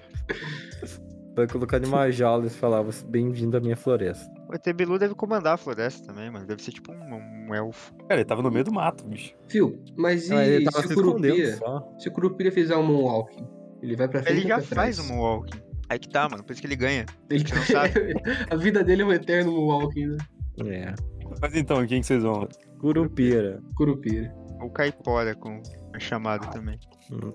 [SPEAKER 3] Foi colocado em uma jaula e falava bem-vindo à minha floresta.
[SPEAKER 4] O ET Bilu deve comandar a floresta também, mano. Deve ser tipo um, um elfo.
[SPEAKER 1] Cara, ele tava no meio do mato, bicho.
[SPEAKER 2] Viu? Mas e
[SPEAKER 3] Mas ele tava
[SPEAKER 2] se,
[SPEAKER 3] se
[SPEAKER 2] o
[SPEAKER 3] escondendo
[SPEAKER 2] Curupira,
[SPEAKER 3] só.
[SPEAKER 2] se o Curupira fizer um Moonwalking? Ele vai pra frente
[SPEAKER 4] Ele
[SPEAKER 2] ou
[SPEAKER 4] já
[SPEAKER 2] pra trás?
[SPEAKER 4] faz um walking. Aí que tá, mano. Por isso que ele ganha.
[SPEAKER 2] Ele...
[SPEAKER 4] Você não sabe.
[SPEAKER 2] a vida dele é um eterno Moonwalking, né?
[SPEAKER 3] É.
[SPEAKER 1] Mas então, quem que vocês vão?
[SPEAKER 3] Curupira.
[SPEAKER 2] Curupira.
[SPEAKER 4] Ou caipora, como é chamado também.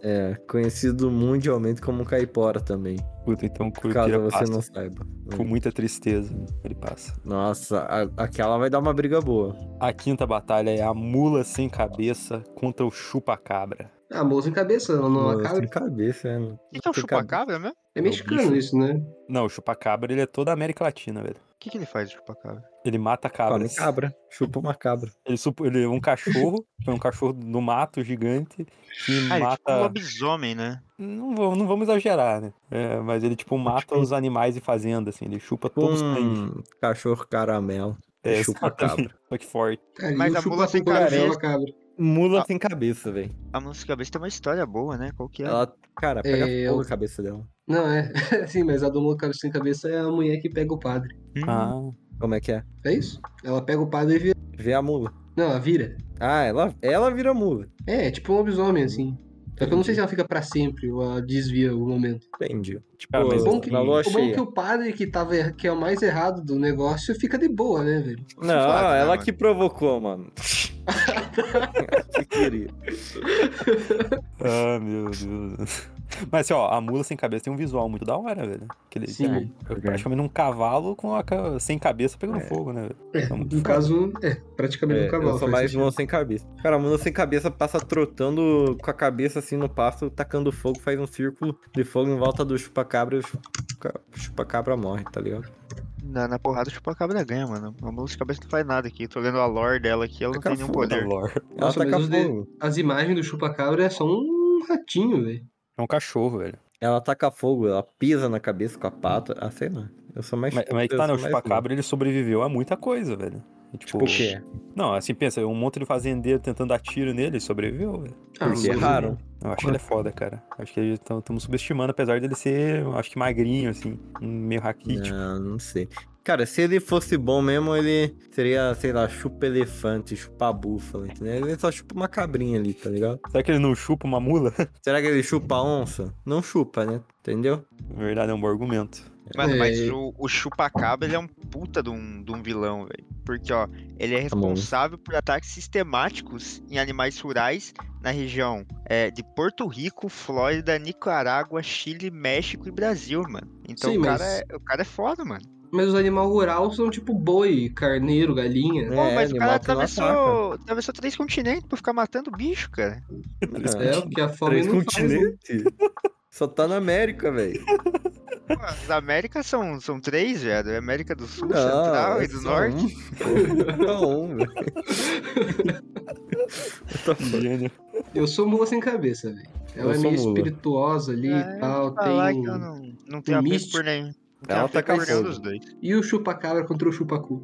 [SPEAKER 3] É, conhecido mundialmente como caipora também.
[SPEAKER 1] Puta, então
[SPEAKER 3] Caso
[SPEAKER 1] Curupira
[SPEAKER 3] você
[SPEAKER 1] passa.
[SPEAKER 3] não saiba.
[SPEAKER 1] Com muita tristeza, ele passa.
[SPEAKER 3] Nossa, a- aquela vai dar uma briga boa.
[SPEAKER 1] A quinta batalha é a mula sem cabeça contra o chupa-cabra.
[SPEAKER 2] Ah, moça em cabeça, ela não
[SPEAKER 3] Mano,
[SPEAKER 2] acaba.
[SPEAKER 3] Sem cabeça, é, mano.
[SPEAKER 4] O que, que é o
[SPEAKER 3] Fica-
[SPEAKER 4] chupacabra mesmo?
[SPEAKER 2] É mexicano
[SPEAKER 1] bicho.
[SPEAKER 2] isso, né?
[SPEAKER 1] Não, o chupa-cabra, ele é toda a América Latina, velho.
[SPEAKER 4] O que, que ele faz, o chupacabra?
[SPEAKER 1] Ele mata
[SPEAKER 3] Come
[SPEAKER 1] cabras.
[SPEAKER 3] cabra. Chupa uma cabra.
[SPEAKER 1] Ele, supo- ele é um cachorro, é um cachorro no mato gigante que
[SPEAKER 4] Ah, ele é tipo um
[SPEAKER 1] mata.
[SPEAKER 4] lobisomem, né?
[SPEAKER 1] Não, vamos, não vamos exagerar, né? É, mas ele, tipo, mata os animais de fazenda, assim. Ele chupa todos os sangue.
[SPEAKER 3] Um cachorro caramelo.
[SPEAKER 1] É,
[SPEAKER 3] chupa
[SPEAKER 1] exatamente.
[SPEAKER 3] cabra.
[SPEAKER 1] Só que forte.
[SPEAKER 2] Cara,
[SPEAKER 4] Mas
[SPEAKER 2] e o
[SPEAKER 4] a mula
[SPEAKER 2] chupacu
[SPEAKER 4] sem
[SPEAKER 2] quando
[SPEAKER 4] cabeça-
[SPEAKER 2] chama cabra.
[SPEAKER 3] Mula
[SPEAKER 4] Ah.
[SPEAKER 3] sem cabeça, velho.
[SPEAKER 4] A música cabeça tem uma história boa, né? Qual que é?
[SPEAKER 3] Ela, cara, pega
[SPEAKER 2] É,
[SPEAKER 3] fogo
[SPEAKER 2] eu-
[SPEAKER 3] a cabeça dela.
[SPEAKER 2] Não, é. Sim, mas a do mula cabe- sem cabeça é a mulher que pega o padre.
[SPEAKER 4] Hum,
[SPEAKER 1] Ah,
[SPEAKER 3] Como é que é?
[SPEAKER 2] É isso? Ela pega o padre e vira.
[SPEAKER 3] Vê a mula.
[SPEAKER 2] Não, ela vira.
[SPEAKER 3] Ah, ela, ela vira mula.
[SPEAKER 2] É, é tipo um lobisomem, assim. Só que eu não sei se ela fica pra sempre ou ela desvia em algum momento.
[SPEAKER 3] Entendi. Tipo,
[SPEAKER 1] Cara, mas
[SPEAKER 2] O bom que,
[SPEAKER 3] na lua
[SPEAKER 2] o bom
[SPEAKER 3] cheia.
[SPEAKER 2] que o padre que, tava, er- que é o mais errado do negócio fica de boa, né, velho?
[SPEAKER 3] Não,
[SPEAKER 4] Suave, né,
[SPEAKER 3] ela
[SPEAKER 4] mano?
[SPEAKER 3] que provocou, mano. que queria.
[SPEAKER 1] ah, meu Deus. Mas assim, ó, a mula sem cabeça tem um visual muito da hora, velho. Que ele
[SPEAKER 2] Sim.
[SPEAKER 1] é praticamente um cavalo com a ca- sem cabeça pegando
[SPEAKER 3] É.
[SPEAKER 1] fogo, né, velho?
[SPEAKER 2] É,
[SPEAKER 1] Tá muito
[SPEAKER 2] no
[SPEAKER 1] foda.
[SPEAKER 2] caso, é, praticamente
[SPEAKER 3] É,
[SPEAKER 2] um cavalo.
[SPEAKER 3] eu sou
[SPEAKER 2] faz
[SPEAKER 3] mais
[SPEAKER 2] sentido.
[SPEAKER 3] mula sem cabeça. Cara, a mula sem cabeça passa trotando com a cabeça assim no pasto, tacando fogo, faz um círculo de fogo em volta do chupacabra e o chupa- chupacabra morre, tá ligado?
[SPEAKER 4] Na, na porrada o chupacabra ganha, mano. A música cabeça não faz nada aqui. Tô olhando a lore dela aqui, ela não
[SPEAKER 3] Taca
[SPEAKER 4] tem nenhum
[SPEAKER 3] fogo,
[SPEAKER 1] Puta
[SPEAKER 4] poder.
[SPEAKER 1] lore.
[SPEAKER 3] Ela
[SPEAKER 2] Nossa,
[SPEAKER 3] taca
[SPEAKER 2] mas os de-
[SPEAKER 3] fogo.
[SPEAKER 2] As imagens do chupacabra são um um ratinho, velho.
[SPEAKER 1] É um cachorro, velho.
[SPEAKER 3] Ela ataca fogo, ela pisa na cabeça com a pata. Ah, sei lá. Eu sou mais.
[SPEAKER 1] Mas, mas que
[SPEAKER 3] eu
[SPEAKER 1] tá, né?
[SPEAKER 3] sou
[SPEAKER 1] O
[SPEAKER 3] mais
[SPEAKER 1] chupacabra, ele sobreviveu a muita coisa, velho. E,
[SPEAKER 3] louco. Tipo, o quê?
[SPEAKER 1] Não, assim, pensa, um monte de fazendeiro tentando dar tiro nele, ele sobreviveu, velho.
[SPEAKER 3] Porque
[SPEAKER 2] Ah, mano.
[SPEAKER 3] erraram.
[SPEAKER 1] Eu acho que ele é
[SPEAKER 2] Uhum.
[SPEAKER 1] foda, cara. Acho que estamos subestimando, apesar dele ser, eu acho que magrinho, assim, um meio raquítico.
[SPEAKER 3] Ah, não sei. Cara, se ele fosse bom mesmo, ele seria, sei lá, chupa elefante, chupa búfala, entendeu? Ele só chupa uma cabrinha ali, tá ligado?
[SPEAKER 2] É.
[SPEAKER 1] Será que ele não chupa uma mula?
[SPEAKER 3] Será que ele chupa onça? Não chupa, né? Entendeu?
[SPEAKER 1] Na verdade, é um bom argumento.
[SPEAKER 4] Mano,
[SPEAKER 2] É.
[SPEAKER 4] mas o, o Chupacabra, ele é um puta de um, de um vilão, velho. Porque, ó, ele é
[SPEAKER 3] Tá bom.
[SPEAKER 4] responsável por ataques sistemáticos em animais rurais na região é, de Porto Rico, Flórida, Nicarágua, Chile, México e Brasil, mano. Então
[SPEAKER 2] Sim,
[SPEAKER 4] o,
[SPEAKER 2] mas-
[SPEAKER 4] cara é, o cara é foda, mano.
[SPEAKER 2] Mas os animais rurais são tipo boi, carneiro, galinha.
[SPEAKER 3] É,
[SPEAKER 4] Pô, mas o cara
[SPEAKER 3] animal que não
[SPEAKER 4] atravessou, atravessou três continentes pra ficar matando bicho, cara.
[SPEAKER 3] ataca.
[SPEAKER 2] É, o que a fome
[SPEAKER 3] Ah, tipo, Três
[SPEAKER 2] não faz. né?
[SPEAKER 3] continentes? Só tá na América, velho.
[SPEAKER 4] Pô, as Américas são, são três, velho. América do Sul,
[SPEAKER 3] Não,
[SPEAKER 4] Central e
[SPEAKER 3] é
[SPEAKER 4] do
[SPEAKER 3] só
[SPEAKER 4] Norte.
[SPEAKER 3] um. Só um, velho.
[SPEAKER 2] Tá
[SPEAKER 1] Gênio.
[SPEAKER 2] Eu sou mula sem cabeça, velho. Ela
[SPEAKER 3] Eu
[SPEAKER 2] é
[SPEAKER 3] sou
[SPEAKER 2] meio
[SPEAKER 3] mula.
[SPEAKER 2] espirituosa ali
[SPEAKER 4] É,
[SPEAKER 2] e tal.
[SPEAKER 4] Falar
[SPEAKER 2] Tem...
[SPEAKER 4] que eu não, não tenho apreço
[SPEAKER 2] místico.
[SPEAKER 4] por nenhum. não tenho
[SPEAKER 3] Ela
[SPEAKER 4] apreço por
[SPEAKER 3] tá
[SPEAKER 4] nenhum
[SPEAKER 3] caçando.
[SPEAKER 4] dos dois.
[SPEAKER 2] E o chupacabra contra o chupacu.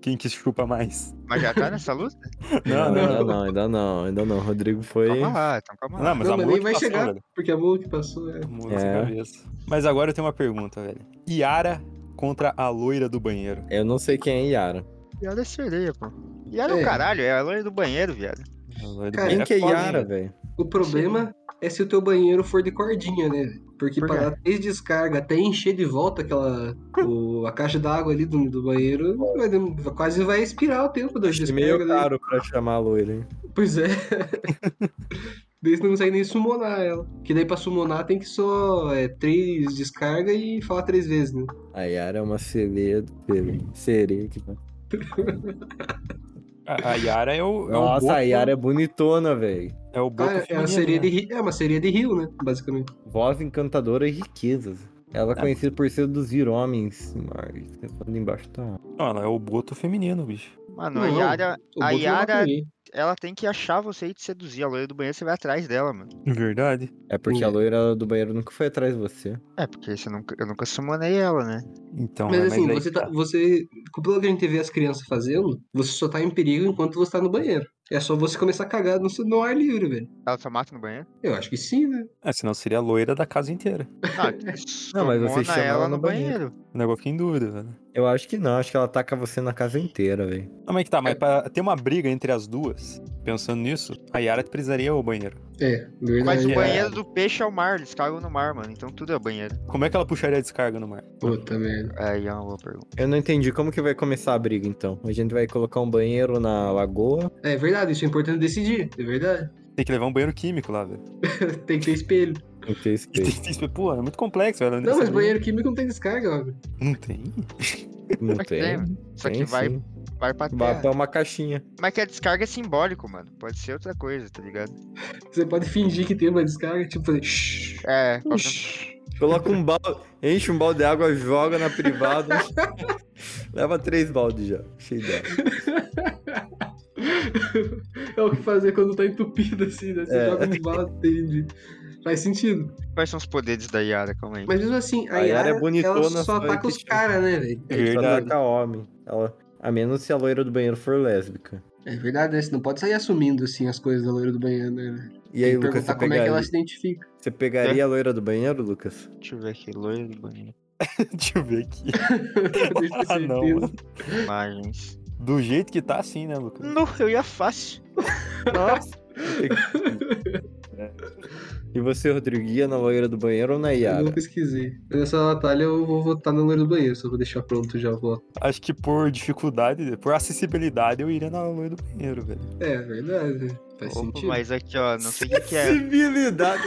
[SPEAKER 1] Quem que chupa mais?
[SPEAKER 4] Mas já tá nessa luta?
[SPEAKER 1] Não, não,
[SPEAKER 3] ainda não, ainda não, ainda não. Rodrigo foi.
[SPEAKER 4] Calma lá, então calma lá.
[SPEAKER 1] Não, mas
[SPEAKER 2] Ah, Não,
[SPEAKER 1] a
[SPEAKER 2] mas
[SPEAKER 1] mula que tá
[SPEAKER 2] nem vai
[SPEAKER 1] passou,
[SPEAKER 2] chegar.
[SPEAKER 1] velho.
[SPEAKER 2] Porque a mula que passou é.
[SPEAKER 1] A mula sem
[SPEAKER 3] É.
[SPEAKER 1] cabeça. Mas agora eu tenho uma pergunta, velho. Yara contra a loira do banheiro.
[SPEAKER 3] Eu não sei quem é Yara.
[SPEAKER 4] Yara é sereia, pô. Yara é
[SPEAKER 2] É.
[SPEAKER 4] o caralho, é a loira do banheiro, viado.
[SPEAKER 1] A loira do
[SPEAKER 2] Cara,
[SPEAKER 1] banheiro
[SPEAKER 3] Quem que é
[SPEAKER 1] foda, hein,
[SPEAKER 3] Yara,
[SPEAKER 1] velho?
[SPEAKER 3] velho?
[SPEAKER 2] O problema é se o teu banheiro for de cordinha, né? velho? Porque
[SPEAKER 4] Por quê?
[SPEAKER 2] pra dar três descargas até encher de volta aquela. o- a caixa d'água ali do, do banheiro, vai dem- quase vai expirar o tempo das
[SPEAKER 3] Acho que é meio
[SPEAKER 2] descargas. né?
[SPEAKER 3] caro pra chamar a loira, hein?
[SPEAKER 2] Pois é. Daí você não consegue nem summonar ela. Que daí pra summonar tem que só é, três descarga e falar três vezes, né?
[SPEAKER 3] A Yara é uma sereia do Peru. Sereia que
[SPEAKER 1] A, a Yara é o. É o
[SPEAKER 3] Nossa,
[SPEAKER 1] boto,
[SPEAKER 3] a Yara é bonitona, velho.
[SPEAKER 1] é o boto
[SPEAKER 2] Ah, é, uma
[SPEAKER 1] feminino,
[SPEAKER 2] sereia
[SPEAKER 1] né?
[SPEAKER 2] de, ri- é uma sereia de rio, né? Basicamente.
[SPEAKER 3] Voz encantadora e riquezas. Ela é conhecida por seduzir homens. Mas, falando embaixo tá.
[SPEAKER 1] Não, ela é o boto feminino, bicho.
[SPEAKER 4] Mano, a
[SPEAKER 2] Não,
[SPEAKER 4] Yara,
[SPEAKER 2] O
[SPEAKER 4] a
[SPEAKER 2] Boto não mata
[SPEAKER 4] Yara-
[SPEAKER 2] ninguém.
[SPEAKER 4] ela tem que achar você e te seduzir. A loira do banheiro, você vai atrás dela, mano.
[SPEAKER 1] Verdade.
[SPEAKER 3] É porque a loira do banheiro nunca foi atrás de você.
[SPEAKER 4] É, porque você nunca, eu nunca sumonei ela, né?
[SPEAKER 1] Então,
[SPEAKER 2] Mas
[SPEAKER 1] né,
[SPEAKER 2] assim,
[SPEAKER 1] aí
[SPEAKER 2] você
[SPEAKER 1] tá-
[SPEAKER 2] tá. Você. Pelo que a gente vê as crianças fazendo, você só tá em perigo enquanto você tá no banheiro. É só você começar a cagar no, seu- no ar livre, velho.
[SPEAKER 4] Ela só mata no banheiro?
[SPEAKER 2] Eu acho que sim, né?
[SPEAKER 1] Ah, senão seria a loira da casa inteira.
[SPEAKER 4] Não,
[SPEAKER 3] Não, mas você
[SPEAKER 4] sumona
[SPEAKER 3] chama
[SPEAKER 4] ela
[SPEAKER 3] ela
[SPEAKER 4] no
[SPEAKER 3] no
[SPEAKER 4] banheiro.
[SPEAKER 1] O negócio fica em dúvida, velho.
[SPEAKER 3] Eu acho que não, acho que ela ataca você na casa inteira, velho.
[SPEAKER 1] Não, mas que tá,
[SPEAKER 2] É.
[SPEAKER 1] mas pra ter uma briga entre as duas, pensando nisso, a Yara precisaria o banheiro.
[SPEAKER 2] É,
[SPEAKER 4] Mas
[SPEAKER 2] verdade.
[SPEAKER 4] o
[SPEAKER 1] É.
[SPEAKER 4] banheiro do peixe é o mar, eles cagam no mar, mano. Então tudo é banheiro.
[SPEAKER 1] Como é que ela puxaria a descarga no mar?
[SPEAKER 2] Puta merda.
[SPEAKER 4] Aí é uma boa pergunta.
[SPEAKER 3] Eu não entendi como que vai começar a briga então. A gente vai colocar um banheiro na lagoa.
[SPEAKER 2] É verdade, isso é importante decidir, é verdade.
[SPEAKER 1] Tem que levar um banheiro químico lá, velho.
[SPEAKER 2] tem que ter espelho.
[SPEAKER 3] Não tem
[SPEAKER 1] E
[SPEAKER 3] espelho.
[SPEAKER 1] tem- tem- Pô, é muito complexo, velho.
[SPEAKER 2] Não, mas
[SPEAKER 1] Nessa-
[SPEAKER 2] banheiro químico não tem descarga, ó.
[SPEAKER 1] Não tem?
[SPEAKER 3] Não
[SPEAKER 4] Mas tem,
[SPEAKER 3] tem.
[SPEAKER 4] Só que
[SPEAKER 3] tem
[SPEAKER 4] vai,
[SPEAKER 3] um sim.
[SPEAKER 4] vai pra terra.
[SPEAKER 3] Vai pra uma caixinha.
[SPEAKER 4] Mas que a descarga é simbólico, mano. Pode ser outra coisa, tá ligado?
[SPEAKER 2] Você pode fingir que tem uma descarga, tipo fazer. shhh,
[SPEAKER 4] É,
[SPEAKER 2] shhh.
[SPEAKER 3] Coloca um balde, enche um balde de água, joga na privada. Leva três baldes já, cheio d'água.
[SPEAKER 2] É o que fazer quando tá entupido assim, né? Você
[SPEAKER 3] É.
[SPEAKER 2] joga um balde, entendi. Faz sentido.
[SPEAKER 4] quais são os poderes da Yara? Calma aí.
[SPEAKER 2] Mas mesmo assim, a,
[SPEAKER 3] A
[SPEAKER 2] Yara,
[SPEAKER 3] Yara é bonitona,
[SPEAKER 2] ela só
[SPEAKER 3] só
[SPEAKER 2] ataca os
[SPEAKER 3] que-
[SPEAKER 2] caras, né, velho?
[SPEAKER 1] É
[SPEAKER 3] Só
[SPEAKER 1] verdade.
[SPEAKER 3] ataca tá homem. Ela- a menos se a loira do banheiro for lésbica.
[SPEAKER 2] É verdade, né? Você não pode sair assumindo, assim, as coisas da loira do banheiro, né? velho?
[SPEAKER 3] E aí,
[SPEAKER 2] Tem que
[SPEAKER 3] Lucas, você
[SPEAKER 2] perguntar como é
[SPEAKER 3] pegaria,
[SPEAKER 2] que É? ela se identifica.
[SPEAKER 3] você pegaria a loira do banheiro, Lucas?
[SPEAKER 4] Deixa eu ver aqui, loira do banheiro.
[SPEAKER 1] Deixa eu ver aqui.
[SPEAKER 2] Deixa eu ter
[SPEAKER 1] Ah, não,
[SPEAKER 2] certeza.
[SPEAKER 1] mano.
[SPEAKER 4] Imagens.
[SPEAKER 1] Do jeito que tá, sim, né, Lucas?
[SPEAKER 4] Não, eu ia fácil.
[SPEAKER 3] Nossa! É. E você, Rodrigo, ia na loira do banheiro ou na
[SPEAKER 2] Eu não
[SPEAKER 3] Yara?
[SPEAKER 2] pesquisei. Nessa batalha eu vou votar na loira do banheiro, só vou deixar pronto já o voto.
[SPEAKER 1] Acho que por dificuldade, por acessibilidade, eu iria na loira do banheiro, velho.
[SPEAKER 2] É verdade, né? faz
[SPEAKER 4] Opa,
[SPEAKER 2] sentido.
[SPEAKER 4] mas aqui, ó, não sei o que, que é.
[SPEAKER 3] Sensibilidade!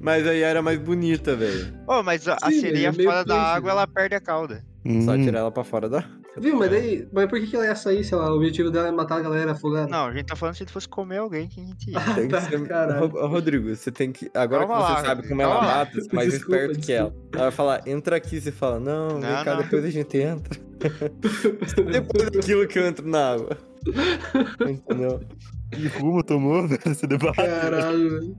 [SPEAKER 3] Mas a Yara é mais bonita, velho.
[SPEAKER 4] Ô, mas ó, a
[SPEAKER 2] Sim,
[SPEAKER 4] sereia
[SPEAKER 2] mas é meio
[SPEAKER 4] fora da
[SPEAKER 2] peixe,
[SPEAKER 4] água, ela perde a cauda.
[SPEAKER 3] Só tirar ela pra fora da.
[SPEAKER 2] Viu,
[SPEAKER 4] é.
[SPEAKER 2] mas daí. Mas por que, que ela ia sair, sei lá? O objetivo dela é matar a galera afogada?
[SPEAKER 4] Não, a gente tá falando se ele fosse comer alguém, que a gente ia.
[SPEAKER 3] Tem que
[SPEAKER 2] Tá,
[SPEAKER 3] ser-
[SPEAKER 2] caralho.
[SPEAKER 3] Ro- Rodrigo, você tem que. Agora
[SPEAKER 4] Calma
[SPEAKER 3] que você
[SPEAKER 4] lá,
[SPEAKER 3] sabe
[SPEAKER 4] Rodrigo,
[SPEAKER 3] como ela
[SPEAKER 4] calma lá.
[SPEAKER 3] mata, você é mais
[SPEAKER 2] Desculpa,
[SPEAKER 3] esperto que ela. Ela vai falar, entra aqui, você fala, não, vem
[SPEAKER 4] Não,
[SPEAKER 3] cá,
[SPEAKER 4] não.
[SPEAKER 3] depois a gente entra. Depois daquilo que eu entro na água. Entendeu?
[SPEAKER 1] Que rumo tomou né, nesse debate?
[SPEAKER 2] Caralho, velho.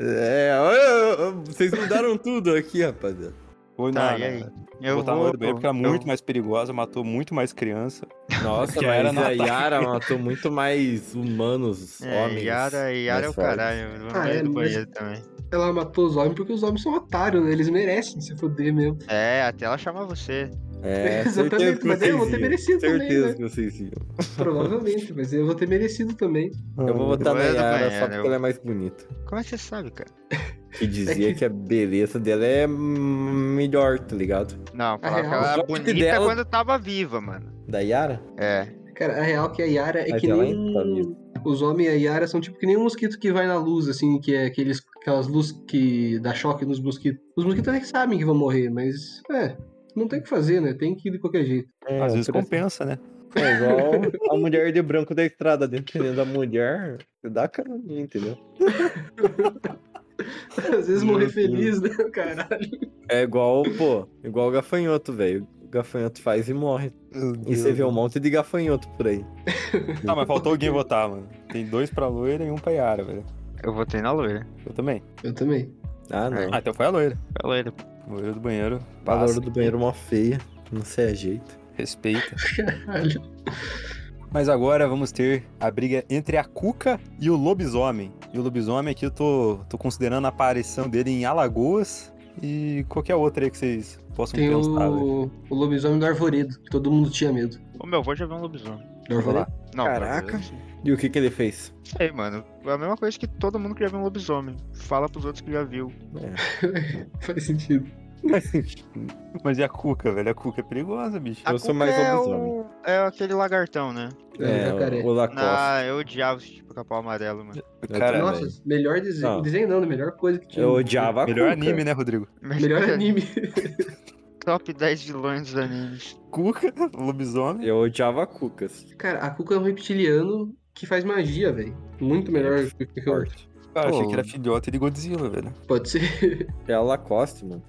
[SPEAKER 3] É, ó, ó, ó, vocês mudaram tudo aqui, rapaziada.
[SPEAKER 1] Foi
[SPEAKER 4] Tá,
[SPEAKER 1] na-
[SPEAKER 4] e aí?
[SPEAKER 1] na- né?
[SPEAKER 4] Eu
[SPEAKER 1] botar
[SPEAKER 4] vou...
[SPEAKER 1] no bem, porque era
[SPEAKER 4] eu-
[SPEAKER 1] muito mais perigosa, matou muito mais criança.
[SPEAKER 3] Nossa,
[SPEAKER 1] Que era
[SPEAKER 3] mas
[SPEAKER 1] na
[SPEAKER 3] a Yara matou muito mais humanos,
[SPEAKER 4] É,
[SPEAKER 3] homens.
[SPEAKER 4] Yara, Yara é o
[SPEAKER 3] mais fortes.
[SPEAKER 4] caralho. Eu vou
[SPEAKER 2] Ah,
[SPEAKER 4] no
[SPEAKER 2] é,
[SPEAKER 4] meio do
[SPEAKER 2] mas-
[SPEAKER 4] banheiro também.
[SPEAKER 2] Ela matou os homens porque os homens são otários, né? Eles merecem se foder mesmo.
[SPEAKER 4] É, até ela chamar você.
[SPEAKER 3] É, certeza
[SPEAKER 2] Exatamente,
[SPEAKER 3] que
[SPEAKER 2] mas eu vou
[SPEAKER 3] vocês
[SPEAKER 2] ter
[SPEAKER 3] viram.
[SPEAKER 2] merecido também,
[SPEAKER 3] Certeza
[SPEAKER 2] né?
[SPEAKER 3] que vocês viram.
[SPEAKER 2] Provavelmente, mas eu vou ter merecido também.
[SPEAKER 3] Eu vou votar na
[SPEAKER 4] Banheiro do
[SPEAKER 3] Yara só
[SPEAKER 4] banheiro.
[SPEAKER 3] porque ela é mais bonita.
[SPEAKER 4] Como é que você sabe, cara?
[SPEAKER 3] Que dizia que... a beleza dela é melhor, tá ligado?
[SPEAKER 4] Não, falar que
[SPEAKER 2] real,
[SPEAKER 4] ela
[SPEAKER 3] o
[SPEAKER 4] era
[SPEAKER 3] corte
[SPEAKER 4] bonita
[SPEAKER 3] dela-
[SPEAKER 4] quando tava viva, mano.
[SPEAKER 3] Da Yara?
[SPEAKER 4] É.
[SPEAKER 2] Cara, a real é que a Yara é
[SPEAKER 3] Mas
[SPEAKER 2] que
[SPEAKER 3] ela
[SPEAKER 2] nem.
[SPEAKER 3] ainda tá viva.
[SPEAKER 2] Os homens e a Yara são tipo que nem um mosquito que vai na luz, assim, que é aqueles, aquelas luzes que dá choque nos mosquitos. Os mosquitos até que sabem que vão morrer, mas. É, não tem o que fazer, né? Tem que ir de qualquer jeito.
[SPEAKER 3] É,
[SPEAKER 1] Às vezes
[SPEAKER 3] parece-
[SPEAKER 1] compensa, né?
[SPEAKER 3] É igual a mulher de branco da estrada, dependendo da mulher, você dá caroninha, entendeu?
[SPEAKER 2] Às vezes morrer feliz, né? Caralho.
[SPEAKER 3] É igual, pô, igual o gafanhoto, velho. O gafanhoto faz e morre. E você vê um monte de gafanhoto por aí.
[SPEAKER 1] Ah, mas faltou alguém votar, mano. Tem dois pra loira e um pra Yara, velho.
[SPEAKER 4] Eu votei na loira.
[SPEAKER 1] Eu também.
[SPEAKER 2] Eu também.
[SPEAKER 3] Ah, não.
[SPEAKER 1] Ah, então foi a loira.
[SPEAKER 4] A loira.
[SPEAKER 1] Loira do banheiro.
[SPEAKER 3] A
[SPEAKER 1] passa,
[SPEAKER 3] loura do banheiro é mó feia, não se ajeita.
[SPEAKER 1] Respeita.
[SPEAKER 2] Caralho.
[SPEAKER 1] Mas agora vamos ter a briga entre a Cuca e o lobisomem. E o lobisomem aqui eu tô, tô considerando a aparição dele em Alagoas e qualquer outra aí que vocês possam
[SPEAKER 2] Tem
[SPEAKER 1] pensar, né? velho.
[SPEAKER 2] o, o lobisomem do arvoredo, que todo mundo tinha medo.
[SPEAKER 4] Ô, meu, vou já ver um lobisomem.
[SPEAKER 2] Do arvoredo?
[SPEAKER 4] Não,
[SPEAKER 3] Caraca.
[SPEAKER 4] pra ver, sim.
[SPEAKER 3] E o que que ele fez?
[SPEAKER 4] Sei, mano. É a mesma coisa que todo mundo que já viu um lobisomem. Fala pros outros que já viu.
[SPEAKER 2] Faz sentido.
[SPEAKER 1] Mas e a Cuca, velho? A Cuca é perigosa, bicho.
[SPEAKER 3] Eu sou
[SPEAKER 4] Cuca
[SPEAKER 3] mais
[SPEAKER 4] é
[SPEAKER 3] lobisomem.
[SPEAKER 4] o- É aquele lagartão, né?
[SPEAKER 3] É,
[SPEAKER 2] jacaré.
[SPEAKER 3] o, o Lacoste.
[SPEAKER 4] Ah, eu odiava esse tipo de capão amarelo, mano.
[SPEAKER 1] Cara,
[SPEAKER 3] também.
[SPEAKER 2] Nossa, melhor desenho.
[SPEAKER 3] Não.
[SPEAKER 2] Desenho não, né? melhor coisa que tinha.
[SPEAKER 3] Eu odiava a
[SPEAKER 1] Melhor
[SPEAKER 3] Cuca.
[SPEAKER 1] anime, né, Rodrigo?
[SPEAKER 2] Melhor anime.
[SPEAKER 4] Top 10 vilões dos animes.
[SPEAKER 1] Cuca, lobisomem.
[SPEAKER 3] Eu odiava a Cuca. assim,
[SPEAKER 2] Cara, a Cuca é um reptiliano que faz magia, velho. Muito melhor que que eu.
[SPEAKER 3] Forte.
[SPEAKER 1] Cara, achei
[SPEAKER 4] Pô.
[SPEAKER 1] que era filhote de Godzilla, velho.
[SPEAKER 2] Pode ser.
[SPEAKER 3] É a Lacoste, mano.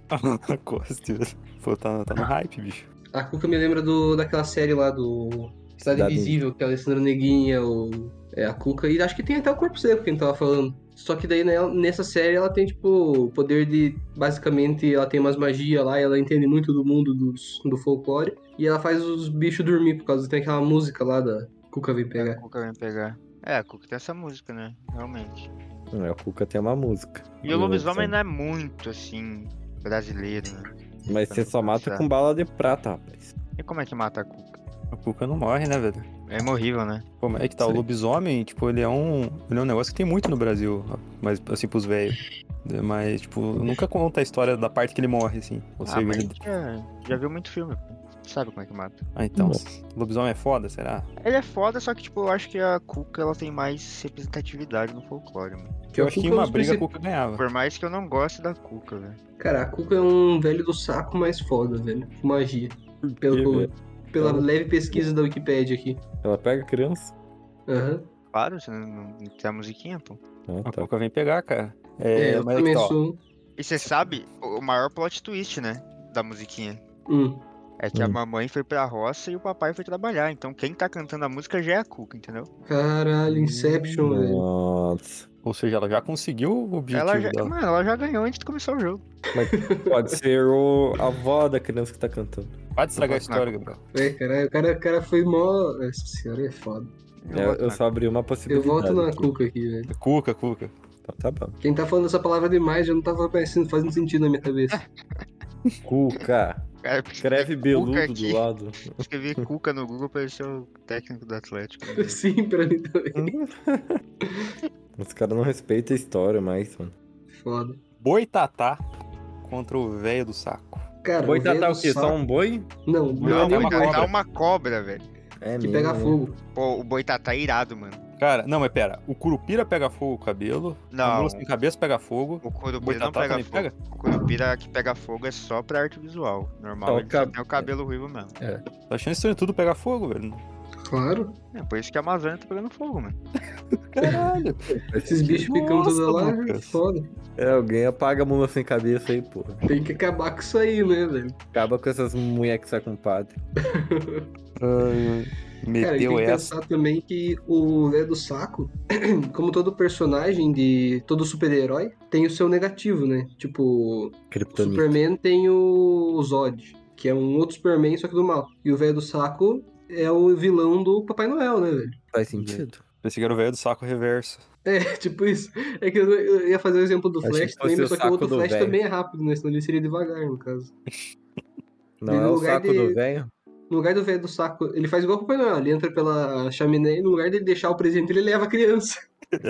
[SPEAKER 1] Costa, velho. Pô, tá, tá no hype, bicho.
[SPEAKER 2] A Cuca me lembra do, daquela série lá do Cidade
[SPEAKER 3] Cidade
[SPEAKER 2] Invisível, que é o Alessandro Neguinha, o, é a Cuca. E acho que tem até o corpo seco que a gente tava falando. Só que daí nela- nessa série ela tem, tipo, o poder de. Basicamente, ela tem umas magias lá, e ela entende muito do mundo dos, do folclore. E ela faz os bichos dormir, por causa tem aquela música lá da Cuca vem
[SPEAKER 4] A
[SPEAKER 2] pegar.
[SPEAKER 4] Cuca vai me pegar. É, a Cuca tem essa música, né? Realmente.
[SPEAKER 3] Não, a Cuca tem uma música.
[SPEAKER 4] E o lobisomem não é muito, assim, brasileiro, né?
[SPEAKER 3] Mas você só mata com bala de prata, rapaz.
[SPEAKER 4] E como é que mata a Cuca?
[SPEAKER 1] A Cuca não morre, né, velho?
[SPEAKER 4] É imorrível, né?
[SPEAKER 1] Como é que tá? O
[SPEAKER 3] Sim.
[SPEAKER 1] lobisomem, tipo, ele é um. Ele é um negócio que tem muito no Brasil, mas assim, pros velhos. Mas, tipo, nunca conta a história da parte que ele morre, assim. Você
[SPEAKER 4] ah,
[SPEAKER 1] vê
[SPEAKER 4] mas a
[SPEAKER 1] ele-
[SPEAKER 4] gente já, já viu muito filme, pô. Sabe como é que mata.
[SPEAKER 1] Ah, então.
[SPEAKER 3] Bom.
[SPEAKER 1] Lobisomem é foda, será?
[SPEAKER 4] Ele é foda, só que, tipo, eu acho que a Cuca, ela tem mais representatividade no folclore, mano.
[SPEAKER 1] Porque eu
[SPEAKER 2] A
[SPEAKER 1] acho que
[SPEAKER 2] Cuca
[SPEAKER 1] em
[SPEAKER 2] é um
[SPEAKER 1] uma
[SPEAKER 2] dos
[SPEAKER 1] briga a
[SPEAKER 2] princip-
[SPEAKER 1] Cuca ganhava.
[SPEAKER 4] Por mais que eu não goste da Cuca, velho.
[SPEAKER 2] Cara, a Cuca é um velho do saco mais foda, velho. com Magia. Pelo,
[SPEAKER 3] velho?
[SPEAKER 1] É.
[SPEAKER 2] pela
[SPEAKER 3] Ela-
[SPEAKER 2] leve pesquisa da Wikipédia aqui.
[SPEAKER 3] Ela pega criança.
[SPEAKER 2] Aham.
[SPEAKER 4] Claro, você não, não não tem a musiquinha, pô.
[SPEAKER 3] Ah,
[SPEAKER 1] A
[SPEAKER 3] tá.
[SPEAKER 1] Cuca vem pegar, cara.
[SPEAKER 2] É,
[SPEAKER 1] É,
[SPEAKER 2] eu
[SPEAKER 1] mas é
[SPEAKER 2] também
[SPEAKER 1] que tá, ó.
[SPEAKER 2] sou.
[SPEAKER 4] E você sabe o o maior plot twist, né? Da musiquinha.
[SPEAKER 2] Hum.
[SPEAKER 4] É que a
[SPEAKER 3] Hum.
[SPEAKER 4] mamãe foi pra roça e o papai foi trabalhar. Então quem tá cantando a música já é a Cuca, entendeu?
[SPEAKER 2] Caralho, Inception,
[SPEAKER 3] Hum,
[SPEAKER 2] velho.
[SPEAKER 3] Nossa.
[SPEAKER 1] Ou seja, ela já conseguiu o objetivo
[SPEAKER 4] Ela já,
[SPEAKER 1] dela.
[SPEAKER 4] mano, ela já ganhou antes de começar o jogo.
[SPEAKER 3] Pode ser o... a avó da criança que tá cantando.
[SPEAKER 1] Pode estragar a
[SPEAKER 4] Não, não.
[SPEAKER 1] história, Gabriel.
[SPEAKER 2] É, caralho, o cara, o cara foi mó. Essa senhora é foda.
[SPEAKER 4] Eu
[SPEAKER 3] É,
[SPEAKER 4] voto
[SPEAKER 3] eu
[SPEAKER 4] na
[SPEAKER 3] só abri uma
[SPEAKER 2] Eu
[SPEAKER 3] possibilidade.
[SPEAKER 2] volto na
[SPEAKER 3] aqui.
[SPEAKER 2] cuca aqui, velho.
[SPEAKER 1] Cuca, Cuca.
[SPEAKER 3] Então tá bom.
[SPEAKER 2] Quem tá falando essa palavra demais já não tava parecendo, fazendo sentido na minha cabeça.
[SPEAKER 4] é,
[SPEAKER 3] Cuca.
[SPEAKER 4] Cuca. Cara, porque
[SPEAKER 3] Escreve beludo
[SPEAKER 4] aqui.
[SPEAKER 3] do lado.
[SPEAKER 4] eu escrevi Cuca no Google, pareceu o técnico do Atlético. né?
[SPEAKER 2] Sim, pra mim também.
[SPEAKER 3] Os caras não respeitam a história mais, mano.
[SPEAKER 2] Foda.
[SPEAKER 1] Boitatá contra o velho do saco.
[SPEAKER 2] Cara,
[SPEAKER 3] Boi
[SPEAKER 2] o velho
[SPEAKER 3] tatar
[SPEAKER 2] do
[SPEAKER 3] o quê? Só
[SPEAKER 2] saco-
[SPEAKER 3] um boi?
[SPEAKER 2] Não, não,
[SPEAKER 4] Não,
[SPEAKER 1] Não,
[SPEAKER 2] nem
[SPEAKER 1] é
[SPEAKER 4] o
[SPEAKER 1] uma
[SPEAKER 2] boi
[SPEAKER 4] Boitatá
[SPEAKER 1] cobra.
[SPEAKER 4] é uma cobra, velho.
[SPEAKER 3] É
[SPEAKER 2] que
[SPEAKER 3] mesmo,
[SPEAKER 2] pega
[SPEAKER 3] né?
[SPEAKER 2] fogo.
[SPEAKER 4] Pô, o Boitatá é irado, mano.
[SPEAKER 1] Cara, não, mas pera. O Curupira pega fogo com o cabelo. A
[SPEAKER 4] Não,
[SPEAKER 1] mula sem cabeça pega fogo.
[SPEAKER 4] o Curupira não
[SPEAKER 1] Boitatá
[SPEAKER 4] pega
[SPEAKER 1] também
[SPEAKER 4] fogo.
[SPEAKER 1] pega?
[SPEAKER 4] O Curupira que pega fogo é só pra arte visual. Normal,
[SPEAKER 3] Então,
[SPEAKER 4] ele só
[SPEAKER 3] cab-
[SPEAKER 4] tem o cabelo ruivo mesmo.
[SPEAKER 1] Tá achando estranho tudo pegar fogo, velho.
[SPEAKER 2] Claro.
[SPEAKER 4] É por isso que a Amazônia tá pegando fogo, mano.
[SPEAKER 1] Caralho.
[SPEAKER 2] Esses bichos ficam
[SPEAKER 1] Nossa,
[SPEAKER 2] tudo lá,
[SPEAKER 1] Lucas.
[SPEAKER 2] foda.
[SPEAKER 3] É, alguém apaga a mula sem cabeça aí, porra.
[SPEAKER 2] Tem que acabar com isso aí, né, velho?
[SPEAKER 3] Acaba com essas mulheres que saem com o padre.
[SPEAKER 2] Cara, e tem
[SPEAKER 1] Meteu
[SPEAKER 2] que
[SPEAKER 1] essa.
[SPEAKER 2] pensar também que o Lé do Saco, como todo personagem de todo super-herói, tem o seu negativo, né? Tipo, o
[SPEAKER 3] Kryptonita.
[SPEAKER 2] Superman tem o Zod, que é um outro Superman, só que do mal. E o Velho do Saco é o vilão do Papai Noel, né, velho?
[SPEAKER 3] Faz sentido.
[SPEAKER 1] Pensei que era o velho do saco reverso.
[SPEAKER 2] É, tipo isso. É que eu eu ia fazer o exemplo do
[SPEAKER 3] Achei
[SPEAKER 2] Flash
[SPEAKER 3] que fosse
[SPEAKER 2] também, mas
[SPEAKER 3] o
[SPEAKER 2] só que o
[SPEAKER 3] saco
[SPEAKER 2] outro
[SPEAKER 3] do
[SPEAKER 2] Flash
[SPEAKER 3] velho.
[SPEAKER 2] também é rápido, né? Senão ele seria devagar, no caso.
[SPEAKER 3] Não
[SPEAKER 2] E
[SPEAKER 3] é
[SPEAKER 2] no
[SPEAKER 3] o
[SPEAKER 2] lugar
[SPEAKER 3] saco
[SPEAKER 2] de-
[SPEAKER 3] do velho?
[SPEAKER 2] No lugar do velho do saco, ele faz igual o Papai Noel, ele entra pela chaminé e no lugar dele deixar o presente, ele leva a criança.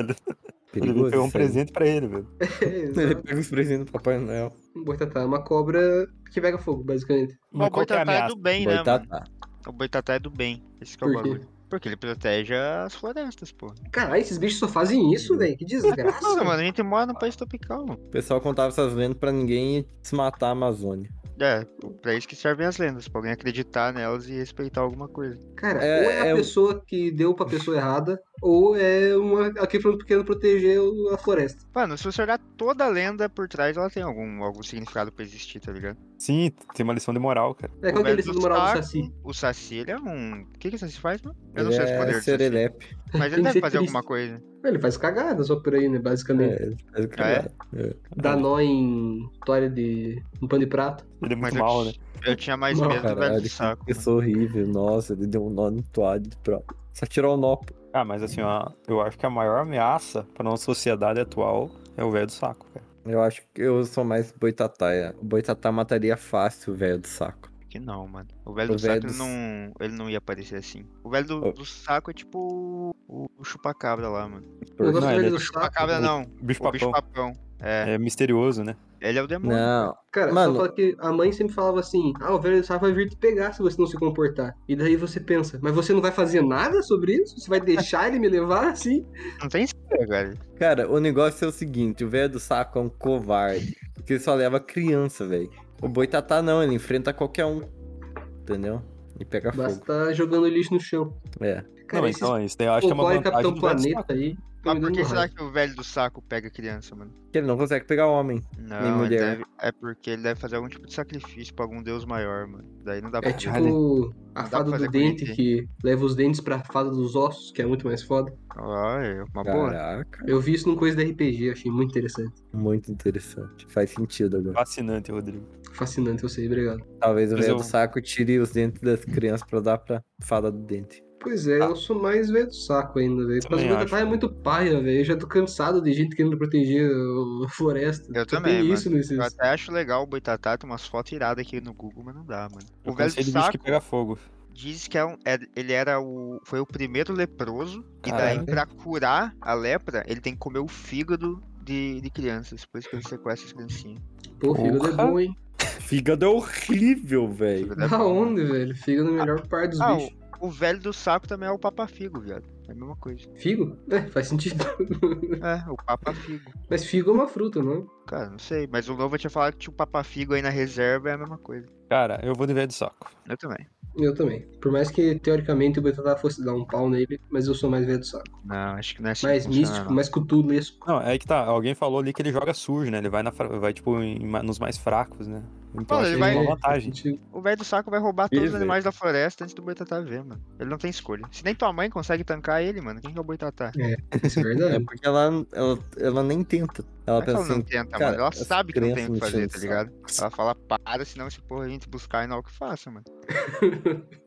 [SPEAKER 1] Ele
[SPEAKER 3] Perigoso.
[SPEAKER 1] pegou um
[SPEAKER 3] isso aí.
[SPEAKER 1] presente pra ele, velho.
[SPEAKER 2] É,
[SPEAKER 3] Ele
[SPEAKER 2] exato.
[SPEAKER 3] pega os presentes do Papai Noel.
[SPEAKER 2] Um boitatá é uma cobra que pega fogo, basicamente.
[SPEAKER 4] Mas o
[SPEAKER 1] qual que é a
[SPEAKER 4] Boitatá é do
[SPEAKER 1] ameaça?
[SPEAKER 4] bem, né? mano?
[SPEAKER 3] Boitatá.
[SPEAKER 4] O Boitatá é do bem. Esse que é o
[SPEAKER 2] Por quê?
[SPEAKER 4] bagulho. Porque ele protege as florestas, pô.
[SPEAKER 2] Caralho, esses bichos só fazem isso, velho. Que desgraça.
[SPEAKER 4] Nossa, mano, a gente mora num país tropical, mano.
[SPEAKER 3] O pessoal contava essas lendas pra ninguém desmatar a Amazônia.
[SPEAKER 4] É, pra isso que servem as lendas, pra alguém acreditar nelas e respeitar alguma coisa.
[SPEAKER 2] Cara,
[SPEAKER 3] É-
[SPEAKER 2] ou é a
[SPEAKER 1] um
[SPEAKER 3] é o-
[SPEAKER 2] pessoa que deu pra pessoa errada, ou é uma, aquele plano pequeno proteger o- a floresta.
[SPEAKER 4] Mano, se você olhar toda a lenda por trás, ela tem algum, algum significado pra existir, tá ligado?
[SPEAKER 1] Sim, tem uma lição de moral, cara.
[SPEAKER 2] É qual que é a
[SPEAKER 4] velho
[SPEAKER 2] lição
[SPEAKER 4] do
[SPEAKER 2] do moral do
[SPEAKER 4] saco,
[SPEAKER 2] Saci?
[SPEAKER 4] O Saci, ele é um. O que que o Saci faz, mano? Eu não
[SPEAKER 3] Ele
[SPEAKER 4] sei os
[SPEAKER 3] é
[SPEAKER 4] poderes do Saci.
[SPEAKER 3] serelepe.
[SPEAKER 4] Mas
[SPEAKER 2] Tem
[SPEAKER 4] ele
[SPEAKER 2] que ser
[SPEAKER 4] deve fazer
[SPEAKER 2] triste.
[SPEAKER 4] alguma coisa.
[SPEAKER 2] Ele faz cagada só por aí, né? Basicamente.
[SPEAKER 3] É, é criado.
[SPEAKER 1] é.
[SPEAKER 2] Dá nó em toalha de. um pano de prato.
[SPEAKER 1] Ele é muito
[SPEAKER 4] Mas eu-
[SPEAKER 1] mal, né?
[SPEAKER 4] Eu tinha mais
[SPEAKER 2] Não,
[SPEAKER 4] medo do velho
[SPEAKER 3] Caralho,
[SPEAKER 4] do Tá saco.
[SPEAKER 3] que pessoa horrível. Nossa, ele deu um nó no toalho. Pro... Só tirou o nó. pô.
[SPEAKER 1] Ah, mas assim, ó, eu acho que a maior ameaça pra nossa sociedade atual é o velho do saco, cara.
[SPEAKER 3] Eu acho que eu sou mais boitatá. é. O boitatá mataria fácil o velho do saco.
[SPEAKER 4] Que não, mano. O velho
[SPEAKER 3] O
[SPEAKER 4] do
[SPEAKER 3] velho
[SPEAKER 4] saco ele
[SPEAKER 3] do-
[SPEAKER 4] não, ele não ia aparecer assim. O velho do,
[SPEAKER 3] O-
[SPEAKER 4] do saco é tipo o, o chupacabra lá, mano.
[SPEAKER 2] Eu gosto
[SPEAKER 1] Não,
[SPEAKER 2] do
[SPEAKER 1] ele
[SPEAKER 2] velho
[SPEAKER 1] é
[SPEAKER 2] do
[SPEAKER 4] O
[SPEAKER 2] saco.
[SPEAKER 4] chupacabra
[SPEAKER 1] o-
[SPEAKER 4] não,
[SPEAKER 1] O bicho
[SPEAKER 4] o
[SPEAKER 1] papão
[SPEAKER 4] bicho-papão. É,
[SPEAKER 1] é misterioso, né?
[SPEAKER 4] ele é o demônio.
[SPEAKER 3] Não.
[SPEAKER 2] Cara,
[SPEAKER 3] Mano.
[SPEAKER 2] só fala que a mãe sempre falava assim: ah, o velho do saco vai vir te pegar se você não se comportar. E daí você pensa: mas você não vai fazer nada sobre isso? Você vai deixar ele me levar assim?
[SPEAKER 4] Não tem história, velho.
[SPEAKER 3] Cara, o negócio é o seguinte: o velho do saco é um covarde. Porque ele só leva criança, velho. O boitatá não, ele enfrenta qualquer um. Entendeu? E pega
[SPEAKER 2] Basta
[SPEAKER 3] fogo.
[SPEAKER 2] tá jogando lixo no chão.
[SPEAKER 3] É.
[SPEAKER 2] Cara,
[SPEAKER 1] É não,
[SPEAKER 2] esses
[SPEAKER 1] então isso daí eu acho que é uma
[SPEAKER 2] folclore
[SPEAKER 1] vantagem
[SPEAKER 2] Capitão
[SPEAKER 1] do velho do saco.
[SPEAKER 2] Planeta aí. tá
[SPEAKER 4] Mas
[SPEAKER 2] me
[SPEAKER 4] por
[SPEAKER 2] dando
[SPEAKER 4] que
[SPEAKER 2] raiva.
[SPEAKER 4] será que o velho do saco pega criança, mano?
[SPEAKER 3] Porque ele não consegue pegar homem.
[SPEAKER 4] Não, ele
[SPEAKER 3] mulher.
[SPEAKER 4] deve, é porque ele deve fazer algum tipo de sacrifício pra algum deus maior, mano. Daí não dá pra
[SPEAKER 2] É
[SPEAKER 4] ver.
[SPEAKER 2] tipo a
[SPEAKER 4] Dá pra
[SPEAKER 2] fada do
[SPEAKER 4] fazer
[SPEAKER 2] dente
[SPEAKER 4] com
[SPEAKER 2] que leva os dentes pra fada dos ossos, que é muito mais foda.
[SPEAKER 4] Ah, é uma boa.
[SPEAKER 3] Caraca.
[SPEAKER 2] Eu vi isso num coisa da RPG, achei muito interessante.
[SPEAKER 3] Muito interessante. Faz sentido agora.
[SPEAKER 1] Fascinante, Rodrigo.
[SPEAKER 2] Fascinante, eu sei, obrigado.
[SPEAKER 3] Talvez o
[SPEAKER 1] Mas
[SPEAKER 3] velho
[SPEAKER 1] eu-
[SPEAKER 3] do saco tire os dentes das crianças pra dar pra fada do dente.
[SPEAKER 2] Pois
[SPEAKER 4] Tá.
[SPEAKER 2] é, eu sou mais velho do saco ainda, velho. Mas
[SPEAKER 1] Também
[SPEAKER 2] o Boitatá
[SPEAKER 1] acho.
[SPEAKER 2] é muito paia, velho. Eu já tô cansado de gente querendo proteger a floresta.
[SPEAKER 4] Eu
[SPEAKER 2] Só
[SPEAKER 4] também,
[SPEAKER 2] Tem
[SPEAKER 4] mano.
[SPEAKER 2] isso nesses.
[SPEAKER 4] Eu até acho legal o Boitatá, tem umas fotos iradas aqui no Google, mas não dá, mano. O
[SPEAKER 1] Eu
[SPEAKER 4] velho do
[SPEAKER 1] cansei do bicho que
[SPEAKER 4] saco
[SPEAKER 1] pega fogo.
[SPEAKER 4] diz que é um- é- ele era o. Foi o primeiro leproso. E daí,
[SPEAKER 3] Caraca.
[SPEAKER 4] pra curar a lepra, ele tem que comer o fígado de, de crianças. Por isso que ele sequestra as criancinhas.
[SPEAKER 2] Pô, fígado é
[SPEAKER 1] Porra.
[SPEAKER 2] bom, hein?
[SPEAKER 3] Fígado é horrível, velho.
[SPEAKER 4] Fígado é
[SPEAKER 2] Da
[SPEAKER 4] bom, mano.
[SPEAKER 2] onde, velho? Fígado é o melhor par dos
[SPEAKER 4] Ah,
[SPEAKER 2] bichos.
[SPEAKER 4] o, o velho do saco também é o Papa Figo, viado. É a mesma coisa.
[SPEAKER 2] Figo? É, faz sentido.
[SPEAKER 4] É, o Papa Figo.
[SPEAKER 2] Mas figo é uma fruta, não é?
[SPEAKER 4] Cara, não sei. Mas o Nova tinha falado que o Papa Figo aí na reserva é a mesma coisa.
[SPEAKER 1] Cara, eu vou de velho do saco.
[SPEAKER 4] Eu também.
[SPEAKER 2] Eu também. Por mais que, teoricamente, o Boitatá fosse dar um pau nele, mas eu sou mais velho do saco.
[SPEAKER 4] Não, acho que não é assim. que
[SPEAKER 2] Mais
[SPEAKER 4] funciona,
[SPEAKER 2] místico,
[SPEAKER 4] não.
[SPEAKER 2] mais cutulesco.
[SPEAKER 1] Não, é aí que tá. Alguém falou ali que ele joga sujo, né? Ele vai, na, fra- vai tipo, em- nos mais fracos, né? Então
[SPEAKER 4] Mano,
[SPEAKER 1] acho
[SPEAKER 4] ele
[SPEAKER 1] que é
[SPEAKER 4] vai-
[SPEAKER 1] uma vantagem.
[SPEAKER 4] O velho do saco vai roubar todos os
[SPEAKER 3] Isso,
[SPEAKER 4] animais da floresta antes do Boitatá ver, mano. Ele não tem escolha. Se nem tua mãe consegue tancar ele, mano, quem que é o Boitatá?
[SPEAKER 2] Isso é
[SPEAKER 3] É
[SPEAKER 2] verdade.
[SPEAKER 3] porque ela, ela, ela nem tenta.
[SPEAKER 4] Não
[SPEAKER 3] Ela
[SPEAKER 4] é que
[SPEAKER 3] pensa
[SPEAKER 4] ela não
[SPEAKER 3] assim,
[SPEAKER 4] tenta,
[SPEAKER 3] cara,
[SPEAKER 4] mano. Ela
[SPEAKER 3] essa
[SPEAKER 4] sabe que não tem
[SPEAKER 3] criança
[SPEAKER 4] o que
[SPEAKER 3] me
[SPEAKER 4] fazer,
[SPEAKER 3] enchendo
[SPEAKER 4] tá
[SPEAKER 3] o
[SPEAKER 4] ligado? Ela fala, para, senão esse porra a gente buscar e não é o que faça, mano.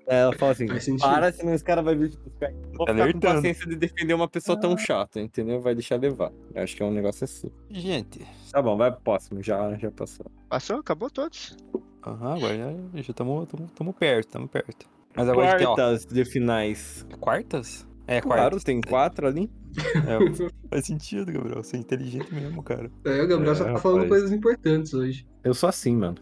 [SPEAKER 3] ela fala assim,
[SPEAKER 2] Faz sentido.
[SPEAKER 3] para, senão esse cara vai vir te buscar. Vou
[SPEAKER 1] Tá
[SPEAKER 3] ficar com
[SPEAKER 1] alertando.
[SPEAKER 3] paciência de defender uma pessoa tão chata, entendeu? Vai deixar levar. Eu acho que é um negócio assim.
[SPEAKER 1] Gente.
[SPEAKER 3] Tá bom, vai pro próximo, já, já passou.
[SPEAKER 4] Passou, acabou todos.
[SPEAKER 1] Aham, agora já- já estamos perto, estamos perto. Mas agora a gente tem, ó,
[SPEAKER 3] Quartas de finais.
[SPEAKER 1] quartas? É,
[SPEAKER 3] Claro,
[SPEAKER 1] quartas.
[SPEAKER 3] tem quatro ali.
[SPEAKER 1] É, faz sentido, Gabriel. Você é inteligente mesmo, cara.
[SPEAKER 2] É, o Gabriel só
[SPEAKER 3] É,
[SPEAKER 2] tá falando
[SPEAKER 3] rapaz.
[SPEAKER 2] coisas importantes hoje.
[SPEAKER 3] Eu sou assim, mano.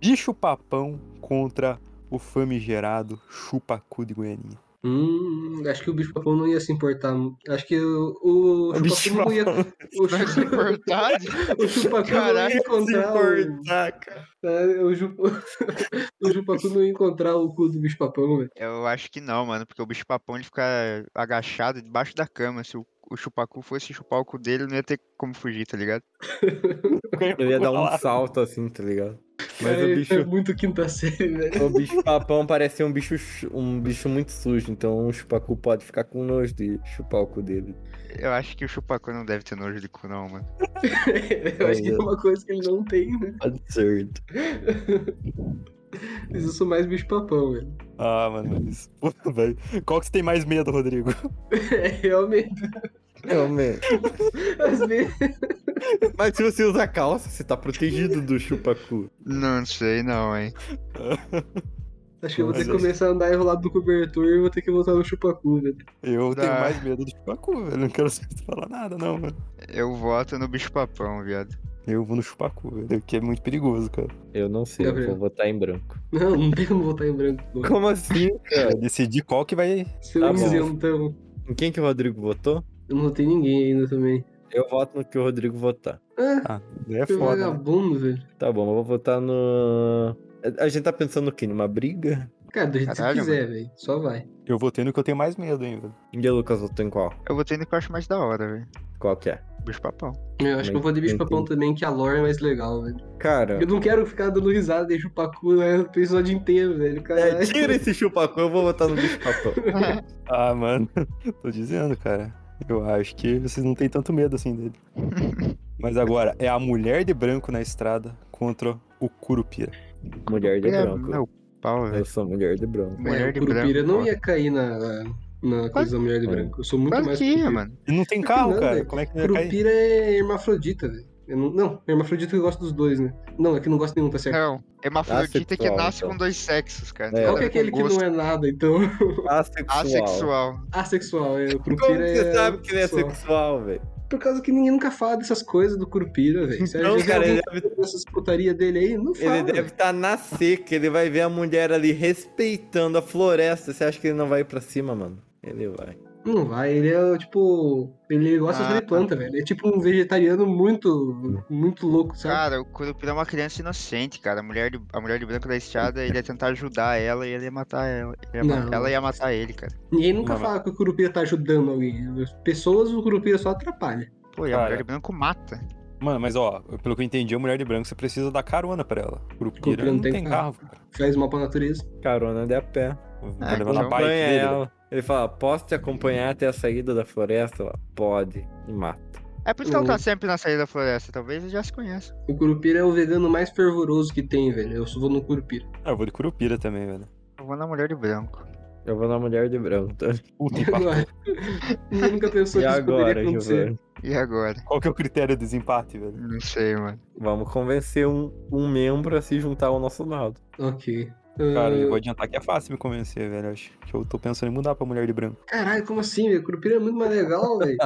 [SPEAKER 1] Bicho papão contra o famigerado chupacu de Goianinha.
[SPEAKER 2] Hum, acho que o bicho-papão não ia se importar. Acho que o, o,
[SPEAKER 3] O
[SPEAKER 2] chupacu não ia. O
[SPEAKER 3] é
[SPEAKER 4] Vai se
[SPEAKER 2] chupacu,
[SPEAKER 4] importar?
[SPEAKER 2] o chupacu não ia
[SPEAKER 4] Caraca,
[SPEAKER 2] encontrar. O,
[SPEAKER 3] cara.
[SPEAKER 2] é, o, ju- o chupacu não ia encontrar o cu do bicho-papão, velho.
[SPEAKER 4] Eu acho que não, mano, porque o bicho papão ele fica agachado debaixo da cama. Se o, o chupacu fosse chupar o cu dele, não ia ter como fugir, tá ligado?
[SPEAKER 3] Eu ia dar um salto assim, tá ligado? Mas
[SPEAKER 2] Cara,
[SPEAKER 3] o bicho.
[SPEAKER 2] É muito quinta série, né? velho.
[SPEAKER 3] O bicho papão parece ser um bicho, chu- um bicho muito sujo, então o chupacu pode ficar com nojo de chupar o cu dele.
[SPEAKER 4] Eu acho que o chupacu não deve ter nojo de cu, não, mano.
[SPEAKER 2] Eu acho que é uma coisa que ele não tem, né?
[SPEAKER 3] Absurdo.
[SPEAKER 2] Mas eu sou mais bicho-papão, velho.
[SPEAKER 1] Ah, mano, mas. Puta, velho. Qual que você tem mais medo, Rodrigo?
[SPEAKER 2] É, realmente.
[SPEAKER 3] Realmente.
[SPEAKER 2] Às vezes.
[SPEAKER 3] Mas se você usa calça, você tá protegido do chupacu.
[SPEAKER 4] Não sei, não, hein.
[SPEAKER 2] Acho que eu vou ter que
[SPEAKER 1] Mas-
[SPEAKER 2] começar a andar enrolado no cobertor e vou ter que voltar no chupacu, velho.
[SPEAKER 1] Eu
[SPEAKER 4] Dá.
[SPEAKER 1] tenho mais medo do Chupacu, velho. Não quero falar nada, não, mano.
[SPEAKER 4] Eu voto no bicho papão, viado.
[SPEAKER 1] Eu vou no Chupacu, velho, que é muito perigoso, cara.
[SPEAKER 3] Eu não sei, eu
[SPEAKER 2] Gabriel.
[SPEAKER 3] vou votar em branco.
[SPEAKER 2] Não, não tem como voltar em branco, pô.
[SPEAKER 3] Como assim?
[SPEAKER 1] Eu decidi qual que vai. né, é
[SPEAKER 2] Seu
[SPEAKER 3] Tá bom.
[SPEAKER 2] isentão.
[SPEAKER 3] Em quem que o Rodrigo votou?
[SPEAKER 2] Eu não tem ninguém ainda também.
[SPEAKER 3] Eu voto no que o Rodrigo votar.
[SPEAKER 2] Ah,
[SPEAKER 1] É
[SPEAKER 2] que
[SPEAKER 1] foda. né?
[SPEAKER 2] vagabundo, velho.
[SPEAKER 3] Tá bom, eu vou votar no. A gente tá pensando o quê? Numa briga?
[SPEAKER 2] Cara, do jeito que você
[SPEAKER 4] Caralho,
[SPEAKER 2] quiser, velho. Só vai.
[SPEAKER 1] Eu votei no que eu tenho mais medo, hein, velho.
[SPEAKER 3] E aí, Lucas votou em qual?
[SPEAKER 4] Eu votei no que eu acho mais da hora, velho.
[SPEAKER 3] Qual que é?
[SPEAKER 4] Bicho papão.
[SPEAKER 2] Eu acho que eu vou de bicho papão também, que a lore é mais legal, velho.
[SPEAKER 3] Cara.
[SPEAKER 2] Eu não quero ficar dando risada e chupacu né, o episódio inteiro, velho. Caralho.
[SPEAKER 4] tipo,
[SPEAKER 3] É, tira esse chupacu, eu vou votar no bicho papão.
[SPEAKER 1] Ah, mano. Tô dizendo, cara. Eu acho que vocês não têm tanto medo assim dele. Mas agora, é a mulher de branco na estrada contra o Curupira.
[SPEAKER 3] Mulher de
[SPEAKER 4] É,
[SPEAKER 3] branco. É.
[SPEAKER 4] meu pau,
[SPEAKER 3] Eu
[SPEAKER 4] velho.
[SPEAKER 3] sou mulher de branco.
[SPEAKER 4] Mulher de
[SPEAKER 2] o É, Curupira
[SPEAKER 4] branco.
[SPEAKER 2] não
[SPEAKER 4] pô.
[SPEAKER 2] ia cair na, na, na coisa da mulher de
[SPEAKER 3] É.
[SPEAKER 2] branco. Eu sou muito
[SPEAKER 4] Claro
[SPEAKER 2] mais.
[SPEAKER 4] que ia, mano.
[SPEAKER 1] E não tem carro,
[SPEAKER 2] Não,
[SPEAKER 1] cara.
[SPEAKER 2] velho.
[SPEAKER 1] Como é que vai cair?
[SPEAKER 2] Curupira é hermafrodita, velho. Eu Não, não, hermafrodita que gosta dos dois, né? Não, é que não gosta de nenhum, tá certo?
[SPEAKER 4] Não. Hermafrodita que
[SPEAKER 3] Assexual,
[SPEAKER 4] nasce
[SPEAKER 3] então.
[SPEAKER 4] com dois sexos, cara. tá
[SPEAKER 3] É.
[SPEAKER 2] Qual que é aquele que não é nada, então?
[SPEAKER 3] Asexual.
[SPEAKER 4] Asexual.
[SPEAKER 2] Asexual, é. O Curupira
[SPEAKER 3] Como que
[SPEAKER 2] é
[SPEAKER 3] você sabe que ele é
[SPEAKER 2] asexual.
[SPEAKER 3] sexual, velho?
[SPEAKER 2] Por causa que ninguém nunca fala dessas coisas do Curupira, velho. Se
[SPEAKER 3] Não,
[SPEAKER 2] alguém
[SPEAKER 3] cara, ele
[SPEAKER 2] tá vendo essas putaria dele aí, não fala.
[SPEAKER 3] Ele deve estar na seca, ele vai ver a mulher ali respeitando a floresta. Você acha que ele não vai pra cima, mano? Ele vai.
[SPEAKER 2] Não vai, ele é tipo. Ele gosta
[SPEAKER 4] Ah,
[SPEAKER 2] só
[SPEAKER 3] tá.
[SPEAKER 2] de planta, velho. Ele é tipo um vegetariano muito. muito louco, sabe?
[SPEAKER 4] Cara, o Curupira é uma criança inocente, cara. A mulher de, a mulher de branco da estrada, ele ia tentar ajudar ela e ele ia matar ela. Ele ia ma-
[SPEAKER 2] Não.
[SPEAKER 4] Ela ia matar ele, cara.
[SPEAKER 2] Ninguém nunca
[SPEAKER 1] Não,
[SPEAKER 2] fala que o Curupira tá ajudando alguém. As pessoas, o Curupira só atrapalha.
[SPEAKER 4] Pô, e a
[SPEAKER 1] Cara.
[SPEAKER 4] mulher de branco mata.
[SPEAKER 1] Mano, mas ó, pelo que eu entendi, a mulher de branco você precisa dar carona pra ela. Curupira
[SPEAKER 2] Curupira
[SPEAKER 1] não, tem, carro, cara.
[SPEAKER 2] Faz mal pra natureza.
[SPEAKER 3] Carona de a pé.
[SPEAKER 1] Vai levar na
[SPEAKER 4] então
[SPEAKER 1] bike
[SPEAKER 3] Acompanha
[SPEAKER 1] dele. né?
[SPEAKER 3] ela. Ele fala, posso te acompanhar até a saída da floresta? Ela, pode. E mata.
[SPEAKER 4] É por isso que ela
[SPEAKER 2] Uhum.
[SPEAKER 4] tá sempre na saída da floresta. Talvez ele já se conheça.
[SPEAKER 2] O Curupira é o vegano mais fervoroso que tem, velho. Eu só vou no Curupira.
[SPEAKER 1] Ah, eu vou de Curupira também, velho.
[SPEAKER 4] Eu vou na mulher de branco.
[SPEAKER 3] Eu vou na mulher de branco. tá?
[SPEAKER 1] Puta,
[SPEAKER 2] E agora? Ninguém nunca pensou
[SPEAKER 3] E
[SPEAKER 2] que isso
[SPEAKER 3] agora,
[SPEAKER 2] poderia acontecer.
[SPEAKER 3] Giovanni?
[SPEAKER 4] E agora?
[SPEAKER 1] qual que é o critério do desempate, velho?
[SPEAKER 4] Não sei, mano.
[SPEAKER 3] Vamos convencer um, um membro a se juntar ao nosso lado.
[SPEAKER 2] Ok.
[SPEAKER 1] Cara,
[SPEAKER 2] Ah,
[SPEAKER 1] eu vou adiantar que é fácil me convencer, velho. Acho que eu tô pensando em mudar pra mulher de branco.
[SPEAKER 2] Caralho, como assim, velho? Curupira é muito mais legal, velho.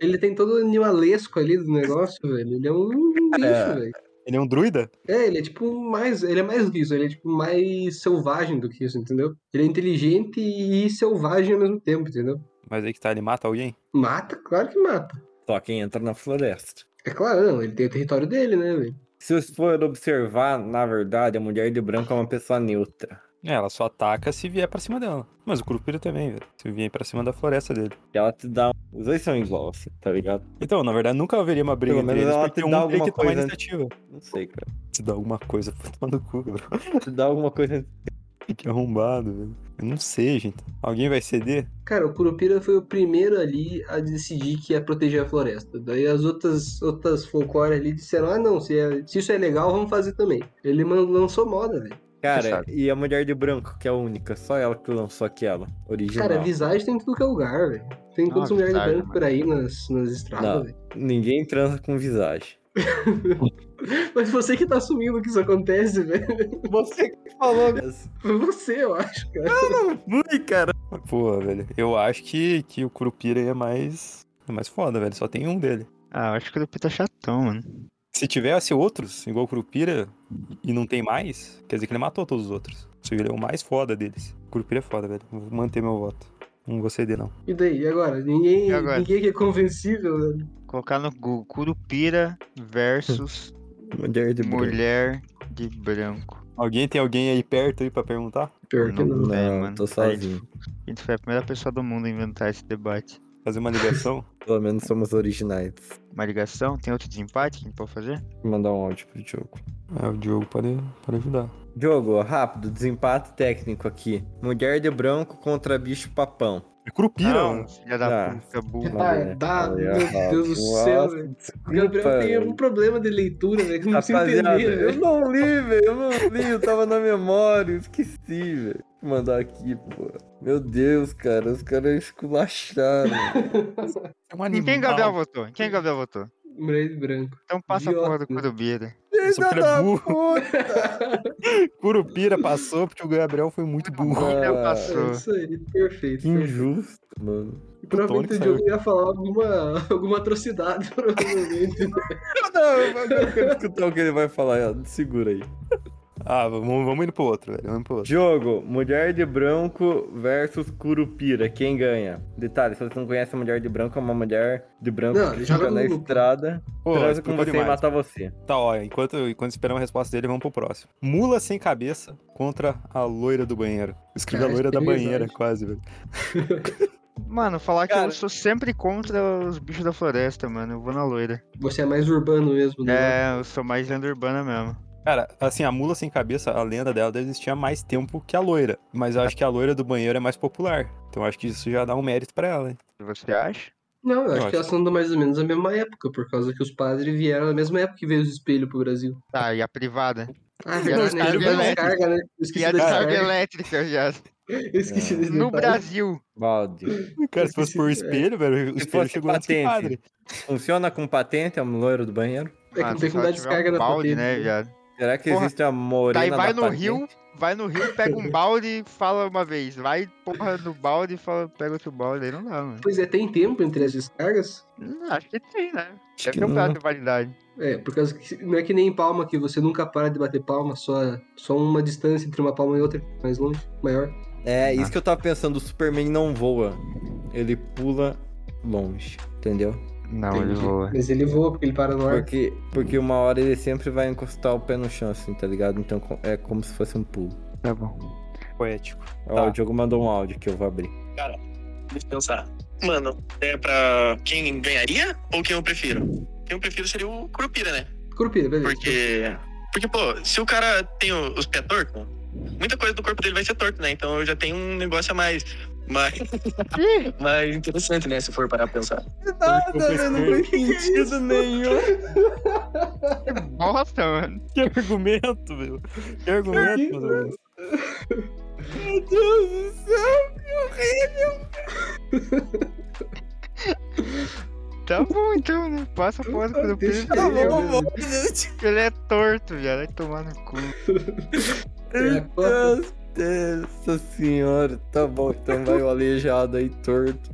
[SPEAKER 2] Ele tem todo o animalesco ali do negócio, velho. Ele é um bicho,
[SPEAKER 3] Cara.
[SPEAKER 2] velho.
[SPEAKER 1] Ele é um druida?
[SPEAKER 2] É, ele é tipo mais. Ele é mais liso, ele é tipo mais selvagem do que isso, entendeu? Ele é inteligente e selvagem ao mesmo tempo, entendeu?
[SPEAKER 1] Mas aí que tá, ele mata alguém?
[SPEAKER 2] Mata, claro que mata.
[SPEAKER 3] Só quem entra na floresta.
[SPEAKER 2] É claro, não, ele tem o território dele, né, velho?
[SPEAKER 3] Se você for observar, na verdade, a mulher de branco é uma pessoa neutra.
[SPEAKER 1] É, ela só ataca se vier pra cima dela. Mas o Curupira também, velho. Se vier pra cima da floresta dele.
[SPEAKER 3] E ela te dá. um, Os dois são iguais, assim, tá ligado?
[SPEAKER 1] Então, na verdade, nunca haveria uma briga
[SPEAKER 3] Pelo
[SPEAKER 1] entre
[SPEAKER 3] menos
[SPEAKER 1] eles,
[SPEAKER 3] ela
[SPEAKER 1] porque
[SPEAKER 3] te
[SPEAKER 1] um
[SPEAKER 3] dá
[SPEAKER 1] tem
[SPEAKER 3] alguma
[SPEAKER 1] que tomar
[SPEAKER 3] coisa, né?
[SPEAKER 1] iniciativa.
[SPEAKER 3] Não sei, cara.
[SPEAKER 1] Se dá alguma coisa, pô, tomar no cu, velho.
[SPEAKER 3] Te dá alguma coisa.
[SPEAKER 1] Que arrombado, velho. Eu não sei, gente. Alguém vai ceder?
[SPEAKER 2] Cara, o Curupira foi o primeiro ali a decidir que ia proteger a floresta. Daí as outras, outras folclore ali disseram: ah, não, se, é- se isso é legal, vamos fazer também. Ele man- lançou moda, velho.
[SPEAKER 4] Você
[SPEAKER 3] Cara,
[SPEAKER 4] sabe.
[SPEAKER 3] e a mulher de branco, que é a única. Só ela que lançou aquela. Original.
[SPEAKER 2] Cara, visagem tem em tudo que é lugar, velho. Tem
[SPEAKER 4] Não,
[SPEAKER 2] quantos mulheres
[SPEAKER 4] visagem,
[SPEAKER 2] brancas por aí nas, nas estradas,
[SPEAKER 3] Não.
[SPEAKER 2] velho.
[SPEAKER 3] Ninguém transa com visagem.
[SPEAKER 2] Mas você que tá assumindo que isso acontece, velho.
[SPEAKER 3] Você que falou, mesmo.
[SPEAKER 2] Foi você, eu acho, cara.
[SPEAKER 3] Ui, cara.
[SPEAKER 1] Mas, Pô, velho. Eu acho que, que o Curupira aí é mais. É mais foda, velho. Só tem um dele.
[SPEAKER 4] Ah, eu acho que o Lupita é chatão, mano.
[SPEAKER 1] Se tivesse outros, igual o Curupira, e não tem mais, quer dizer que ele matou todos os outros. Se ele é o mais foda deles. O Curupira é foda, velho. Vou manter meu voto. Não vou ceder, não.
[SPEAKER 2] E daí? E agora? Ninguém,
[SPEAKER 4] E agora?
[SPEAKER 2] ninguém que é convencível, né?
[SPEAKER 4] Colocar no Google Curupira versus
[SPEAKER 3] Mulher de branco.
[SPEAKER 4] mulher de branco.
[SPEAKER 1] Alguém tem alguém aí perto aí pra perguntar?
[SPEAKER 2] Pior que não.
[SPEAKER 4] Não. É,
[SPEAKER 3] Não,
[SPEAKER 4] mano,
[SPEAKER 3] tô
[SPEAKER 4] tá aí.
[SPEAKER 3] sozinho.
[SPEAKER 4] A gente foi a primeira pessoa do mundo a inventar esse debate.
[SPEAKER 1] Fazer uma ligação?
[SPEAKER 3] Pelo menos somos originais.
[SPEAKER 4] Uma ligação? Tem outro desempate que a gente pode fazer?
[SPEAKER 3] Vou mandar um áudio pro Diogo.
[SPEAKER 1] é, o Diogo pode, pode ajudar.
[SPEAKER 3] Diogo, rápido, desempate técnico aqui. Mulher de branco contra bicho papão.
[SPEAKER 1] É Curupira,
[SPEAKER 4] Não,
[SPEAKER 1] mano.
[SPEAKER 4] filha um da
[SPEAKER 3] Ah.
[SPEAKER 4] puta, burro.
[SPEAKER 2] Retardado,
[SPEAKER 3] Olha,
[SPEAKER 2] meu Deus do
[SPEAKER 3] ah, nossa,
[SPEAKER 2] céu, velho. O Gabriel tem algum
[SPEAKER 3] desculpa.
[SPEAKER 2] problema de leitura, velho, que não precisa
[SPEAKER 3] Rapaziada,
[SPEAKER 2] entender,
[SPEAKER 3] eu
[SPEAKER 2] velho.
[SPEAKER 3] não li, velho. Eu não li, eu tava na memória, eu esqueci, velho. Vou mandar aqui, pô. Meu Deus, cara, os caras esculacharam.
[SPEAKER 1] É um
[SPEAKER 4] Em quem Gabriel votou? Em quem Gabriel votou?
[SPEAKER 2] Mulher de branco.
[SPEAKER 4] Então passa a porra do
[SPEAKER 2] Idiota.
[SPEAKER 4] Curubira.
[SPEAKER 1] Esse
[SPEAKER 3] Filha
[SPEAKER 1] cara é
[SPEAKER 3] da
[SPEAKER 1] burro.
[SPEAKER 3] puta.
[SPEAKER 1] Curupira passou porque o Gabriel foi muito burro.
[SPEAKER 4] Ainda
[SPEAKER 3] Ah.
[SPEAKER 2] É
[SPEAKER 4] passou.
[SPEAKER 2] isso aí, perfeito.
[SPEAKER 3] Que injusto, mano.
[SPEAKER 2] E provavelmente o
[SPEAKER 1] Tony
[SPEAKER 2] Diogo ia falar alguma, alguma atrocidade, provavelmente.
[SPEAKER 3] Não, eu quero escutar o que ele vai falar. ó, Segura aí.
[SPEAKER 1] Ah, vamos, vamos indo pro outro, velho. Vamos indo pro outro.
[SPEAKER 3] Diogo, mulher de branco versus curupira. Quem ganha? Detalhe, se você não conhece a mulher de branco, é uma mulher de branco
[SPEAKER 2] Não,
[SPEAKER 3] que
[SPEAKER 2] joga
[SPEAKER 3] fica
[SPEAKER 2] no
[SPEAKER 3] na
[SPEAKER 2] grupo.
[SPEAKER 3] estrada,
[SPEAKER 1] Pô,
[SPEAKER 3] transa com
[SPEAKER 1] explicou
[SPEAKER 3] você e
[SPEAKER 1] demais.
[SPEAKER 3] mata você.
[SPEAKER 1] Tá, ó, enquanto, enquanto esperamos a resposta dele, vamos pro próximo. Mula sem cabeça contra a loira do banheiro. Escrevi a
[SPEAKER 2] Cara,
[SPEAKER 1] loira da
[SPEAKER 2] isso é
[SPEAKER 1] banheira,
[SPEAKER 2] verdade.
[SPEAKER 1] quase, velho.
[SPEAKER 2] Ah.
[SPEAKER 4] Mano, falar que
[SPEAKER 3] Cara.
[SPEAKER 4] eu sou sempre contra os bichos da floresta, mano. Eu vou na loira.
[SPEAKER 2] Você é mais urbano mesmo, né?
[SPEAKER 4] É, eu sou mais lenda urbana mesmo.
[SPEAKER 1] Cara, assim, a mula sem cabeça, a lenda dela deve existir há mais tempo que a loira. Mas eu acho que a loira do banheiro é mais popular. Então eu acho que isso já dá um mérito pra ela, hein?
[SPEAKER 4] Você acha?
[SPEAKER 2] Não, eu acho
[SPEAKER 1] Eu
[SPEAKER 2] que elas são da mais ou menos a mesma época, por causa que os padres vieram na mesma época que veio os espelhos pro Brasil.
[SPEAKER 4] Tá, e a privada?
[SPEAKER 2] Ah,
[SPEAKER 4] E a
[SPEAKER 2] verdade, né?
[SPEAKER 4] descarga
[SPEAKER 2] E a
[SPEAKER 4] elétrica.
[SPEAKER 2] descarga, né? Eu
[SPEAKER 4] E
[SPEAKER 2] esqueci
[SPEAKER 4] a
[SPEAKER 2] da
[SPEAKER 4] descarga
[SPEAKER 2] descarga.
[SPEAKER 4] elétrica, viado.
[SPEAKER 2] Eu esqueci desse
[SPEAKER 4] No
[SPEAKER 2] detalhe.
[SPEAKER 4] Brasil.
[SPEAKER 2] É
[SPEAKER 3] Balde.
[SPEAKER 1] Cara, se fosse por espelho, velho, o
[SPEAKER 3] Se
[SPEAKER 1] espelho
[SPEAKER 3] fosse
[SPEAKER 1] chegou antes que o padre.
[SPEAKER 3] patente. Funciona com patente, a loira do banheiro?
[SPEAKER 2] É que não
[SPEAKER 4] Mano,
[SPEAKER 2] tem
[SPEAKER 4] se
[SPEAKER 2] como
[SPEAKER 4] ela
[SPEAKER 2] dar
[SPEAKER 4] tiver
[SPEAKER 2] descarga
[SPEAKER 4] um
[SPEAKER 2] na
[SPEAKER 4] balde,
[SPEAKER 2] potência.
[SPEAKER 4] né, viado?
[SPEAKER 3] Será que
[SPEAKER 4] Porra,
[SPEAKER 3] existe a morena
[SPEAKER 4] Daí vai
[SPEAKER 3] da
[SPEAKER 4] no
[SPEAKER 3] patente?
[SPEAKER 4] rio, vai no rio, pega um balde e fala uma vez. Vai, porra, no balde e fala, pega outro balde. Aí não dá, mano.
[SPEAKER 2] Pois é, tem tempo entre as descargas?
[SPEAKER 4] Hum, Acho que tem, né?
[SPEAKER 1] Acho
[SPEAKER 4] Deve
[SPEAKER 1] que
[SPEAKER 4] ter um
[SPEAKER 1] não.
[SPEAKER 4] prazo de validade.
[SPEAKER 2] É, por causa que não é que nem em palma que você nunca para de bater palma, só, só uma distância entre uma palma e outra, mais longe, maior.
[SPEAKER 3] É, isso que eu tava pensando, o Superman não voa. Ele pula longe, entendeu?
[SPEAKER 4] Não,
[SPEAKER 2] Entendi. Mas ele voa porque ele para no ar.
[SPEAKER 3] Porque, porque uma hora ele sempre vai encostar o pé no chão, assim, tá ligado? Então co- é como se fosse um pulo.
[SPEAKER 4] Tá bom.
[SPEAKER 1] Poético.
[SPEAKER 3] Ó,
[SPEAKER 1] Tá.
[SPEAKER 3] o Diogo mandou um áudio que eu vou abrir.
[SPEAKER 5] Deixa eu pensar. Mano, é pra quem ganharia ou quem eu prefiro? Quem eu prefiro seria o Curupira, né?
[SPEAKER 2] Curupira, beleza.
[SPEAKER 5] Porque. Porque, pô, se o cara tem o- os pés tortos, muita coisa do corpo dele vai ser torto, né? Então eu já tenho um negócio a mais. Mais, mais interessante, né? Se for parar pra pensar.
[SPEAKER 1] Nada, velho, não faz
[SPEAKER 3] sentido nenhum.
[SPEAKER 4] Bosta, mano.
[SPEAKER 1] Que argumento, velho. Que argumento, mano.
[SPEAKER 3] Meu Deus do céu, que horrível.
[SPEAKER 4] Tá bom, então, né? Passa a porra do
[SPEAKER 2] Deixa
[SPEAKER 4] Curupira.
[SPEAKER 2] eu-
[SPEAKER 4] Ele é
[SPEAKER 2] bom,
[SPEAKER 4] um- Ele é torto, viado. Vai tomar no cu.
[SPEAKER 3] Meu Deus, Nossa senhora, tá bom, então vai o aleijado aí torto.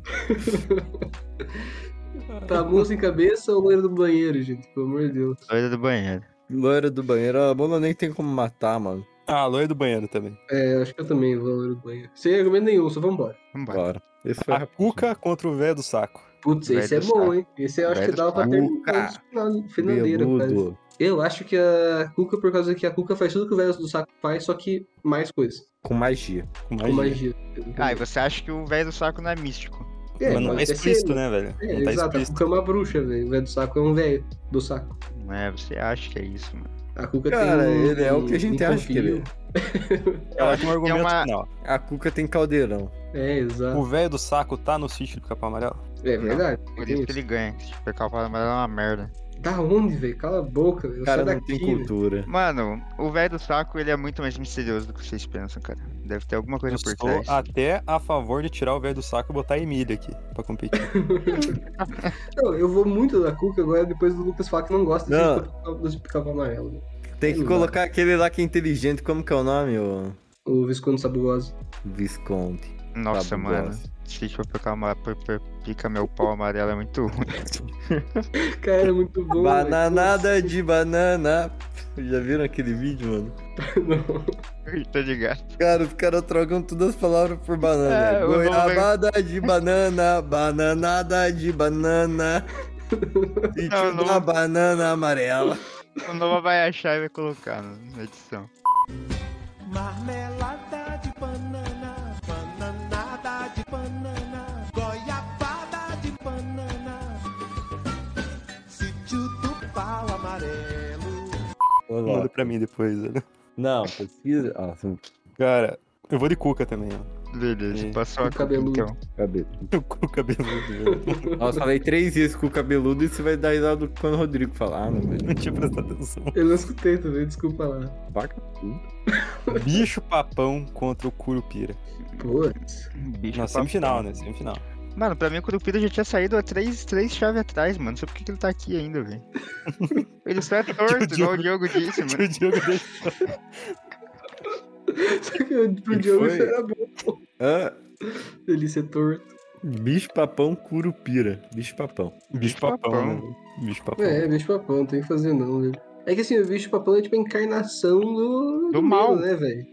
[SPEAKER 2] Tá mão sem cabeça ou loira do banheiro, gente? Pelo amor de Deus.
[SPEAKER 4] Doida do banheiro.
[SPEAKER 3] Loira do banheiro, a bola nem tem como matar, mano.
[SPEAKER 1] Ah, a loira do banheiro também.
[SPEAKER 2] É, acho que eu também vou loira do banheiro. Sem argumento nenhum, só vambora.
[SPEAKER 4] Vambora.
[SPEAKER 3] Bora. Esse foi
[SPEAKER 1] A cuca contra o velho do saco.
[SPEAKER 2] Putz,
[SPEAKER 4] Velho
[SPEAKER 2] esse é
[SPEAKER 4] do
[SPEAKER 2] bom,
[SPEAKER 4] saco.
[SPEAKER 2] hein? Esse eu acho
[SPEAKER 4] Velho
[SPEAKER 2] que dava
[SPEAKER 4] do
[SPEAKER 2] pra
[SPEAKER 3] saco.
[SPEAKER 2] terminar no final- finaleira, cara.
[SPEAKER 3] Peludo.
[SPEAKER 2] Eu acho que a Cuca, por causa que a Cuca faz tudo que o velho do saco faz, só que mais coisa.
[SPEAKER 3] Com magia.
[SPEAKER 1] Com
[SPEAKER 2] Com
[SPEAKER 1] mais gente.
[SPEAKER 2] magia.
[SPEAKER 4] Ah, e você acha que o velho do saco não é místico?
[SPEAKER 2] É,
[SPEAKER 1] Mas não tá
[SPEAKER 2] pode até ser
[SPEAKER 1] explícito,
[SPEAKER 2] ele.
[SPEAKER 1] né, velho?
[SPEAKER 2] É,
[SPEAKER 1] não tá
[SPEAKER 2] exato. A
[SPEAKER 1] explícito.
[SPEAKER 2] Cuca é uma bruxa, velho. O velho do saco é um velho do saco.
[SPEAKER 4] Não é, você acha que é isso, mano.
[SPEAKER 2] A Cuca
[SPEAKER 3] Cara,
[SPEAKER 2] tem um,
[SPEAKER 3] ele é o que a gente acha que ele é.
[SPEAKER 2] confio.
[SPEAKER 1] Eu acho um argumento
[SPEAKER 4] uma-
[SPEAKER 1] final.
[SPEAKER 3] A cuca tem caldeirão.
[SPEAKER 2] É, exato.
[SPEAKER 1] O velho do saco tá no sítio do Capão Amarelo?
[SPEAKER 2] É verdade.
[SPEAKER 4] Por
[SPEAKER 2] tem
[SPEAKER 4] isso que ele ganha. Se ficar calculado, mas é uma merda.
[SPEAKER 2] isso. Da onde, velho? Cala a boca, velho.
[SPEAKER 3] O cara
[SPEAKER 2] Sai
[SPEAKER 3] não tem
[SPEAKER 2] daqui, né? velho.
[SPEAKER 3] cultura.
[SPEAKER 4] Mano, o velho do saco, ele é muito mais misterioso do que vocês pensam, cara. Deve ter alguma coisa
[SPEAKER 1] Eu
[SPEAKER 4] por
[SPEAKER 1] sou
[SPEAKER 4] trás.
[SPEAKER 1] até a favor de tirar o velho do saco e botar a Emília aqui pra competir.
[SPEAKER 2] Não, eu vou muito da Cuca agora depois do Lucas falar que não gosta desse
[SPEAKER 3] Não.
[SPEAKER 2] pica- dos pica-pau amarelo.
[SPEAKER 3] Tem que
[SPEAKER 2] Sei lá.
[SPEAKER 3] colocar aquele lá que é inteligente. Como que é o nome, ô?
[SPEAKER 2] O Visconde Sabugosa.
[SPEAKER 3] Visconde?
[SPEAKER 4] Nossa, mano.
[SPEAKER 3] Sabugosa.
[SPEAKER 4] Se for picar uma por- por- pica meu pau amarelo é muito ruim.
[SPEAKER 2] Cara, é muito bom.
[SPEAKER 3] Bananada de banana. Já viram aquele vídeo, mano?
[SPEAKER 2] velho. Não.
[SPEAKER 4] Tô de gato.
[SPEAKER 3] Cara, os caras trocam todas as palavras por banana.
[SPEAKER 4] É, eu vou ver.
[SPEAKER 3] Goiabada de banana, bananada de banana. E
[SPEAKER 4] Não,
[SPEAKER 3] tipo
[SPEAKER 4] É, não.
[SPEAKER 3] uma banana amarela.
[SPEAKER 4] O Nova vai achar e vai colocar no- na edição.
[SPEAKER 6] Marmelada de banana, bananada de banana, goiabada de banana, sítio do pau amarelo.
[SPEAKER 1] Manda pra mim depois, velho.
[SPEAKER 3] Não, pesquisa. Ah, assim,
[SPEAKER 1] Cara, eu vou de cuca também, ó.
[SPEAKER 4] Beleza,
[SPEAKER 1] É.
[SPEAKER 4] passou a
[SPEAKER 2] O cabeludo.
[SPEAKER 4] então.
[SPEAKER 3] cabelo.
[SPEAKER 1] O cuca cabeludo, velho.
[SPEAKER 3] Nossa, falei três vezes com o cabeludo e você vai dar risada quando o Rodrigo falar. Ah, não, velho.
[SPEAKER 1] Não tinha prestado atenção.
[SPEAKER 2] Eu não escutei também, desculpa lá.
[SPEAKER 3] Vaca.
[SPEAKER 1] Bicho papão contra o Curupira.
[SPEAKER 2] Putz.
[SPEAKER 4] Bicho
[SPEAKER 1] Na semifinal, né? Semifinal.
[SPEAKER 4] Mano, pra mim o Curupira já tinha saído há três, três chaves atrás, mano. Não sei por que que ele tá aqui ainda, velho. ele só é torto, igual o Diogo disse, mano.
[SPEAKER 1] O Diogo deixa-
[SPEAKER 2] Só que eu- pro
[SPEAKER 3] Ele
[SPEAKER 2] Diogo
[SPEAKER 3] foi-
[SPEAKER 2] isso era bom.
[SPEAKER 3] Ah,
[SPEAKER 2] Ele ser torto.
[SPEAKER 3] bicho papão curupira. Bicho papão.
[SPEAKER 1] Bicho papão, né? Bicho papão.
[SPEAKER 2] É, bicho papão, não tem que fazer não, velho. É que assim, o bicho papão é tipo a encarnação do.
[SPEAKER 4] Do mal.
[SPEAKER 2] medo, né, velho?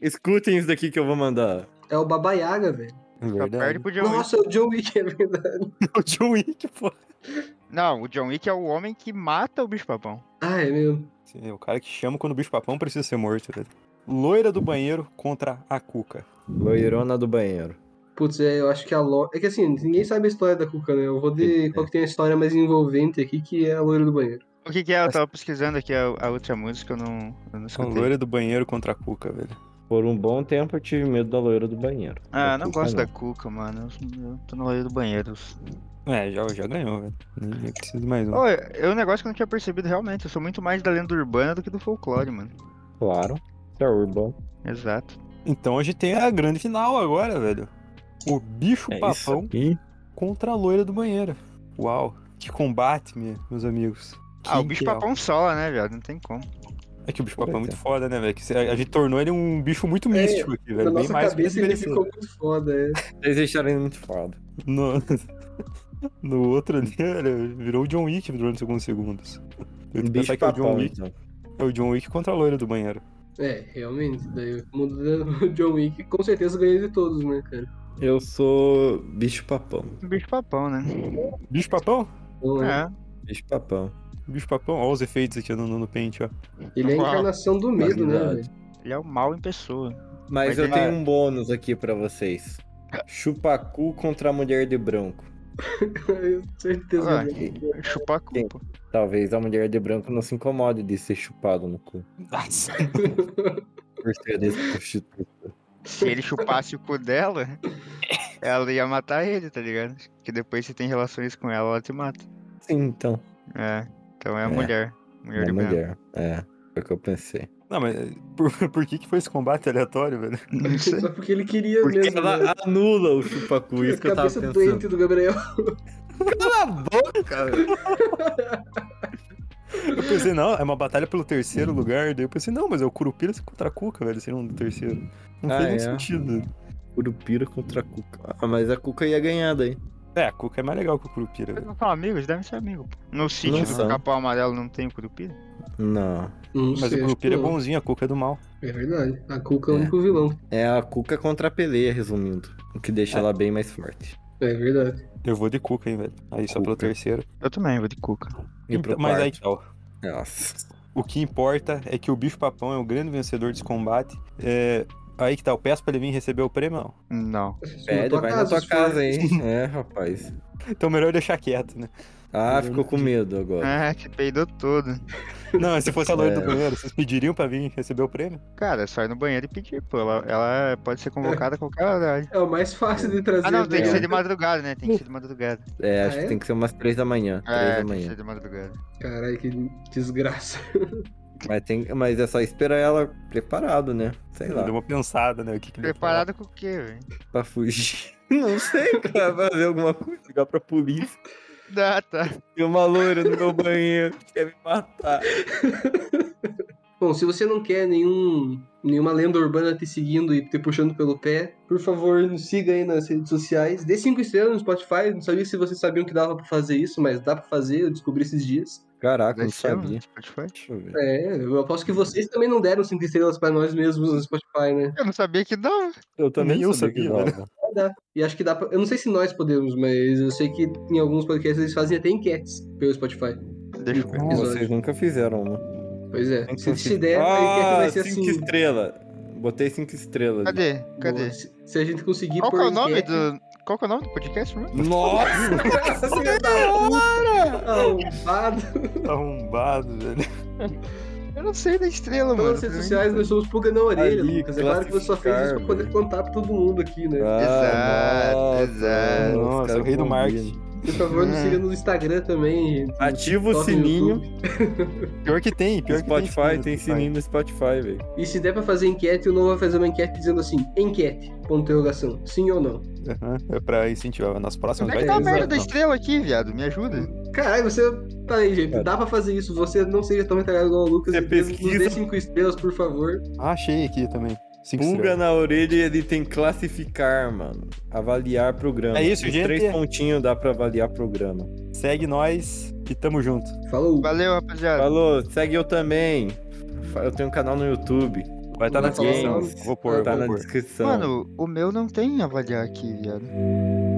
[SPEAKER 3] Escutem isso daqui que eu vou mandar.
[SPEAKER 2] É o babaiaga, velho.
[SPEAKER 4] Só perde
[SPEAKER 1] Verdade.
[SPEAKER 4] pro John Wick.
[SPEAKER 2] Nossa, o John Wick é verdade.
[SPEAKER 1] O John Wick, pô.
[SPEAKER 4] Não, o John Wick é o homem que mata o bicho-papão.
[SPEAKER 2] Ah, é mesmo.
[SPEAKER 1] Sim, é o cara que chama quando o bicho papão precisa ser morto, velho. Loira do banheiro contra a cuca.
[SPEAKER 3] Loirona do banheiro.
[SPEAKER 2] Putz, é, eu acho que a Lo... É que assim, ninguém sabe a história da Cuca, né? Eu vou de
[SPEAKER 3] é.
[SPEAKER 2] qual que tem a história mais envolvente aqui, que é a loira do banheiro.
[SPEAKER 4] O que que é? Eu tava pesquisando aqui a, a outra música, eu não, eu
[SPEAKER 1] Então,
[SPEAKER 4] não escutei.
[SPEAKER 1] loira do banheiro contra a cuca, velho.
[SPEAKER 3] Por um bom tempo eu tive medo da loira do banheiro.
[SPEAKER 4] Ah, não
[SPEAKER 3] Cuca,
[SPEAKER 4] gosto da Cuca, mano. Eu eu tô no olho do banheiro.
[SPEAKER 1] É, já, já ganhou, velho. Nem, nem preciso de mais um.
[SPEAKER 4] Ô, é um negócio que eu não tinha percebido realmente. Eu sou muito mais da lenda urbana do que do folclore, mano.
[SPEAKER 3] Claro. Isso é urbano.
[SPEAKER 4] Exato.
[SPEAKER 1] Então a gente tem a grande final agora, velho. O
[SPEAKER 3] É
[SPEAKER 1] bicho papão
[SPEAKER 3] aqui.
[SPEAKER 1] contra a loira do banheiro. Uau. Que combate, me- meus amigos.
[SPEAKER 4] ah, o
[SPEAKER 1] Que
[SPEAKER 4] bicho-papão sola, né, viado? Não tem como.
[SPEAKER 1] É que o bicho papão é muito foda, né, velho? Que cê- A gente tornou ele um bicho muito
[SPEAKER 2] É,
[SPEAKER 1] místico aqui, velho.
[SPEAKER 2] Na
[SPEAKER 1] Bem
[SPEAKER 2] nossa
[SPEAKER 1] mais do que
[SPEAKER 2] cabeça
[SPEAKER 1] ele
[SPEAKER 2] ele
[SPEAKER 1] merecia.
[SPEAKER 2] ficou muito foda, é.
[SPEAKER 3] Vocês deixaram muito foda.
[SPEAKER 1] No... no outro ali, ele virou o John Wick durante alguns segundos. Eu que pensar que é o John Wick,
[SPEAKER 3] Um então.
[SPEAKER 1] é o John Wick contra a loira do banheiro.
[SPEAKER 2] É, realmente. Daí o mundo do John Wick com certeza ganha de todos, né, cara?
[SPEAKER 3] Eu sou bicho papão.
[SPEAKER 4] Bicho-papão, né?
[SPEAKER 1] Bicho papão?
[SPEAKER 2] Bom, né?
[SPEAKER 4] É.
[SPEAKER 3] Bicho papão.
[SPEAKER 1] Bicho papão. Olha os efeitos aqui no, no, no pente, ó.
[SPEAKER 2] Ele é a
[SPEAKER 4] Uau.
[SPEAKER 2] encarnação do medo, né,
[SPEAKER 3] Verdade.
[SPEAKER 2] velho?
[SPEAKER 4] Ele é o mal em pessoa.
[SPEAKER 3] Mas
[SPEAKER 4] Mas é
[SPEAKER 3] eu
[SPEAKER 4] ele-
[SPEAKER 3] tenho um bônus aqui pra vocês. Chupacu contra a mulher de branco.
[SPEAKER 2] Eu certeza.
[SPEAKER 4] Ah,
[SPEAKER 2] né?
[SPEAKER 4] Chupar a culpa.
[SPEAKER 3] Talvez a mulher de branco não se incomode de ser chupado no cu.
[SPEAKER 1] Nossa.
[SPEAKER 3] Por ser desse prostituta.
[SPEAKER 4] Se ele chupasse o cu dela, ela ia matar ele, tá ligado? Que depois você tem relações com ela, ela te mata.
[SPEAKER 3] Sim, então.
[SPEAKER 4] É. Então é a
[SPEAKER 3] É.
[SPEAKER 4] mulher. Mulher
[SPEAKER 3] É
[SPEAKER 4] de branco.
[SPEAKER 3] mulher. É. Foi o que eu pensei.
[SPEAKER 1] Não, mas por, por que, que foi esse combate aleatório, velho?
[SPEAKER 4] Não sei.
[SPEAKER 2] É Só porque ele queria
[SPEAKER 3] Porque
[SPEAKER 2] mesmo. né?
[SPEAKER 3] ela anula o chupacu, isso que eu tava
[SPEAKER 2] cabeça
[SPEAKER 3] pensando.
[SPEAKER 2] doente do Gabriel.
[SPEAKER 3] Cala a boca, velho.
[SPEAKER 1] Eu pensei, não, é uma batalha pelo
[SPEAKER 3] Hum.
[SPEAKER 1] terceiro lugar. Daí eu pensei, não, mas é o Curupira contra a Cuca, velho, seria um do terceiro. Não
[SPEAKER 3] Ah,
[SPEAKER 1] fez
[SPEAKER 3] é.
[SPEAKER 1] nenhum sentido.
[SPEAKER 3] Curupira contra a Cuca. Ah, mas a Cuca ia ganhar daí.
[SPEAKER 1] É, a Cuca é mais legal que o Curupira,
[SPEAKER 4] Eles
[SPEAKER 1] velho.
[SPEAKER 4] não são amigos? Devem ser amigos. pô. No sítio
[SPEAKER 3] são.
[SPEAKER 4] do Capão Amarelo não tem o Curupira?
[SPEAKER 3] Não.
[SPEAKER 2] Não
[SPEAKER 1] Mas
[SPEAKER 2] sei,
[SPEAKER 1] o
[SPEAKER 2] acho
[SPEAKER 1] Curupira é
[SPEAKER 2] que não.
[SPEAKER 1] bonzinho, a Cuca é do mal.
[SPEAKER 2] É verdade. A Cuca é o
[SPEAKER 3] É.
[SPEAKER 2] único vilão.
[SPEAKER 3] É a Cuca contra a Peleia, resumindo. O que deixa
[SPEAKER 1] É.
[SPEAKER 3] ela bem mais forte.
[SPEAKER 2] É verdade.
[SPEAKER 1] Eu vou de Cuca, hein, velho. Aí só pelo
[SPEAKER 3] Cuca.
[SPEAKER 1] terceiro.
[SPEAKER 4] Eu também, vou de Cuca.
[SPEAKER 3] E pro
[SPEAKER 1] Então, mas aí,
[SPEAKER 3] quarto.
[SPEAKER 1] ó,
[SPEAKER 3] Nossa.
[SPEAKER 1] O que importa é que o bicho papão é o grande vencedor desse combate. É, Aí que tá, eu peço pra ele vir receber o prêmio, não.
[SPEAKER 4] Não.
[SPEAKER 3] Pede, É, vai na tua
[SPEAKER 2] se for-
[SPEAKER 3] casa, hein? É, rapaz.
[SPEAKER 1] Então melhor eu deixar quieto, né?
[SPEAKER 3] Ah, ficou com medo agora.
[SPEAKER 1] Ah,
[SPEAKER 4] É, te peidou todo.
[SPEAKER 1] Não, se fosse a loira
[SPEAKER 3] É.
[SPEAKER 1] do banheiro, vocês pediriam pra vir receber o prêmio?
[SPEAKER 4] Cara, é só ir no banheiro e pedir, pô. Ela, ela pode ser convocada a qualquer horário.
[SPEAKER 2] É o mais fácil de trazer.
[SPEAKER 4] Ah, não, tem que
[SPEAKER 2] né?
[SPEAKER 4] ser de madrugada, né? Tem que ser de madrugada.
[SPEAKER 3] É, acho
[SPEAKER 2] Ah,
[SPEAKER 3] que
[SPEAKER 2] é?
[SPEAKER 3] tem que ser umas três da
[SPEAKER 1] Ah,
[SPEAKER 3] manhã. Três
[SPEAKER 4] É,
[SPEAKER 3] da
[SPEAKER 4] tem que
[SPEAKER 3] manhã.
[SPEAKER 4] ser de madrugada.
[SPEAKER 2] Caralho, que desgraça.
[SPEAKER 3] Mas, tem, mas é só esperar ela preparado, né? Sei lá,
[SPEAKER 1] Deu uma pensada, né? O que que ele ia falar.
[SPEAKER 4] Preparada com o quê, velho?
[SPEAKER 3] pra fugir. Não sei, cara, fazer alguma coisa, ligar pra polícia.
[SPEAKER 4] Ah, tá.
[SPEAKER 3] Tem uma loira no meu banheiro que quer me matar.
[SPEAKER 2] Bom, se você não quer nenhum, nenhuma lenda urbana te seguindo e te puxando pelo pé, por favor, nos siga aí nas redes sociais. Dê cinco estrelas no Spotify. Não sabia se vocês sabiam que dava pra fazer isso, mas dá pra fazer. Eu descobri esses dias.
[SPEAKER 3] Caraca, não
[SPEAKER 4] Nós temos
[SPEAKER 3] sabia.
[SPEAKER 4] no Spotify?
[SPEAKER 3] Deixa eu ver.
[SPEAKER 2] É, eu aposto que vocês também não deram cinco estrelas pra nós mesmos no Spotify, né?
[SPEAKER 4] Eu não sabia que dava.
[SPEAKER 3] Eu também
[SPEAKER 1] Nem
[SPEAKER 3] não
[SPEAKER 1] eu
[SPEAKER 3] sabia, que
[SPEAKER 1] sabia,
[SPEAKER 3] dava.
[SPEAKER 2] E acho que dá pra... Eu não sei se nós podemos, mas eu sei que em alguns podcasts eles fazem até enquetes pelo Spotify.
[SPEAKER 4] Deixa eu ver.
[SPEAKER 1] né?
[SPEAKER 2] Nossa.
[SPEAKER 3] Vocês nunca fizeram uma.
[SPEAKER 2] Pois é.
[SPEAKER 3] Tem que
[SPEAKER 2] Se,
[SPEAKER 3] ser-
[SPEAKER 1] assim.
[SPEAKER 2] se der, a enquete
[SPEAKER 3] ah,
[SPEAKER 2] vai ser assim.
[SPEAKER 3] cinco estrelas. Botei cinco estrelas.
[SPEAKER 4] Cadê? Cadê?
[SPEAKER 2] Boa. Se, se a gente conseguir
[SPEAKER 4] Qual que
[SPEAKER 2] pôr
[SPEAKER 4] é o nome
[SPEAKER 2] enquete-
[SPEAKER 4] do. Qual que é o nome do podcast, mano?
[SPEAKER 3] Nossa!
[SPEAKER 2] Filha da puta! Arrombado.
[SPEAKER 1] Tá Arrombado, velho.
[SPEAKER 4] Eu não sei da estrela, mano.
[SPEAKER 2] Nas redes sociais nós somos pulga na orelha,
[SPEAKER 3] Ali,
[SPEAKER 2] Lucas. É claro que você só fez isso pra
[SPEAKER 3] classificar,
[SPEAKER 2] poder contar todo mundo aqui, né?
[SPEAKER 4] Exato, exato.
[SPEAKER 1] Nossa, o rei do marketing.
[SPEAKER 2] Por favor, nos siga no Instagram também, gente.
[SPEAKER 3] Ativa o
[SPEAKER 2] Toca no
[SPEAKER 3] sininho.
[SPEAKER 2] YouTube.
[SPEAKER 1] Pior que tem,
[SPEAKER 3] No
[SPEAKER 1] pior que tem.
[SPEAKER 3] Spotify, tem sininho no Spotify, velho.
[SPEAKER 2] E se der pra fazer enquete, o Noah vai fazer uma enquete dizendo assim, enquete, ponto de interrogação, sim ou não.
[SPEAKER 1] Aham, É pra incentivar. Nas próximas
[SPEAKER 4] Onde
[SPEAKER 1] vai
[SPEAKER 4] é que tá a
[SPEAKER 2] Exato.
[SPEAKER 4] merda da estrela aqui, viado? Me ajuda.
[SPEAKER 2] Caralho, você... Tá aí, gente, dá pra fazer isso. Você não seja tão retalhado igual o Lucas. e
[SPEAKER 3] Você
[SPEAKER 2] dê- Nos
[SPEAKER 3] pesquisa.
[SPEAKER 2] dê cinco estrelas, por favor.
[SPEAKER 1] Ah, achei aqui também. Cinco
[SPEAKER 3] Pulga
[SPEAKER 1] estrelas.
[SPEAKER 3] na orelha ele tem classificar, mano. Avaliar programa.
[SPEAKER 1] É isso,
[SPEAKER 3] Os
[SPEAKER 1] gente.
[SPEAKER 3] Três pontinhos dá pra avaliar programa.
[SPEAKER 1] Segue nós e tamo junto.
[SPEAKER 2] Falou.
[SPEAKER 4] Valeu, rapaziada.
[SPEAKER 3] Falou, segue eu também. Eu tenho um canal no YouTube.
[SPEAKER 1] Vai estar tá na
[SPEAKER 2] Vamos falar
[SPEAKER 1] descrição.
[SPEAKER 2] sobre-
[SPEAKER 1] Vou pôr,
[SPEAKER 3] tá
[SPEAKER 1] vou
[SPEAKER 3] na
[SPEAKER 1] pôr.
[SPEAKER 3] descrição.
[SPEAKER 4] Mano, o meu não tem avaliar aqui, viado.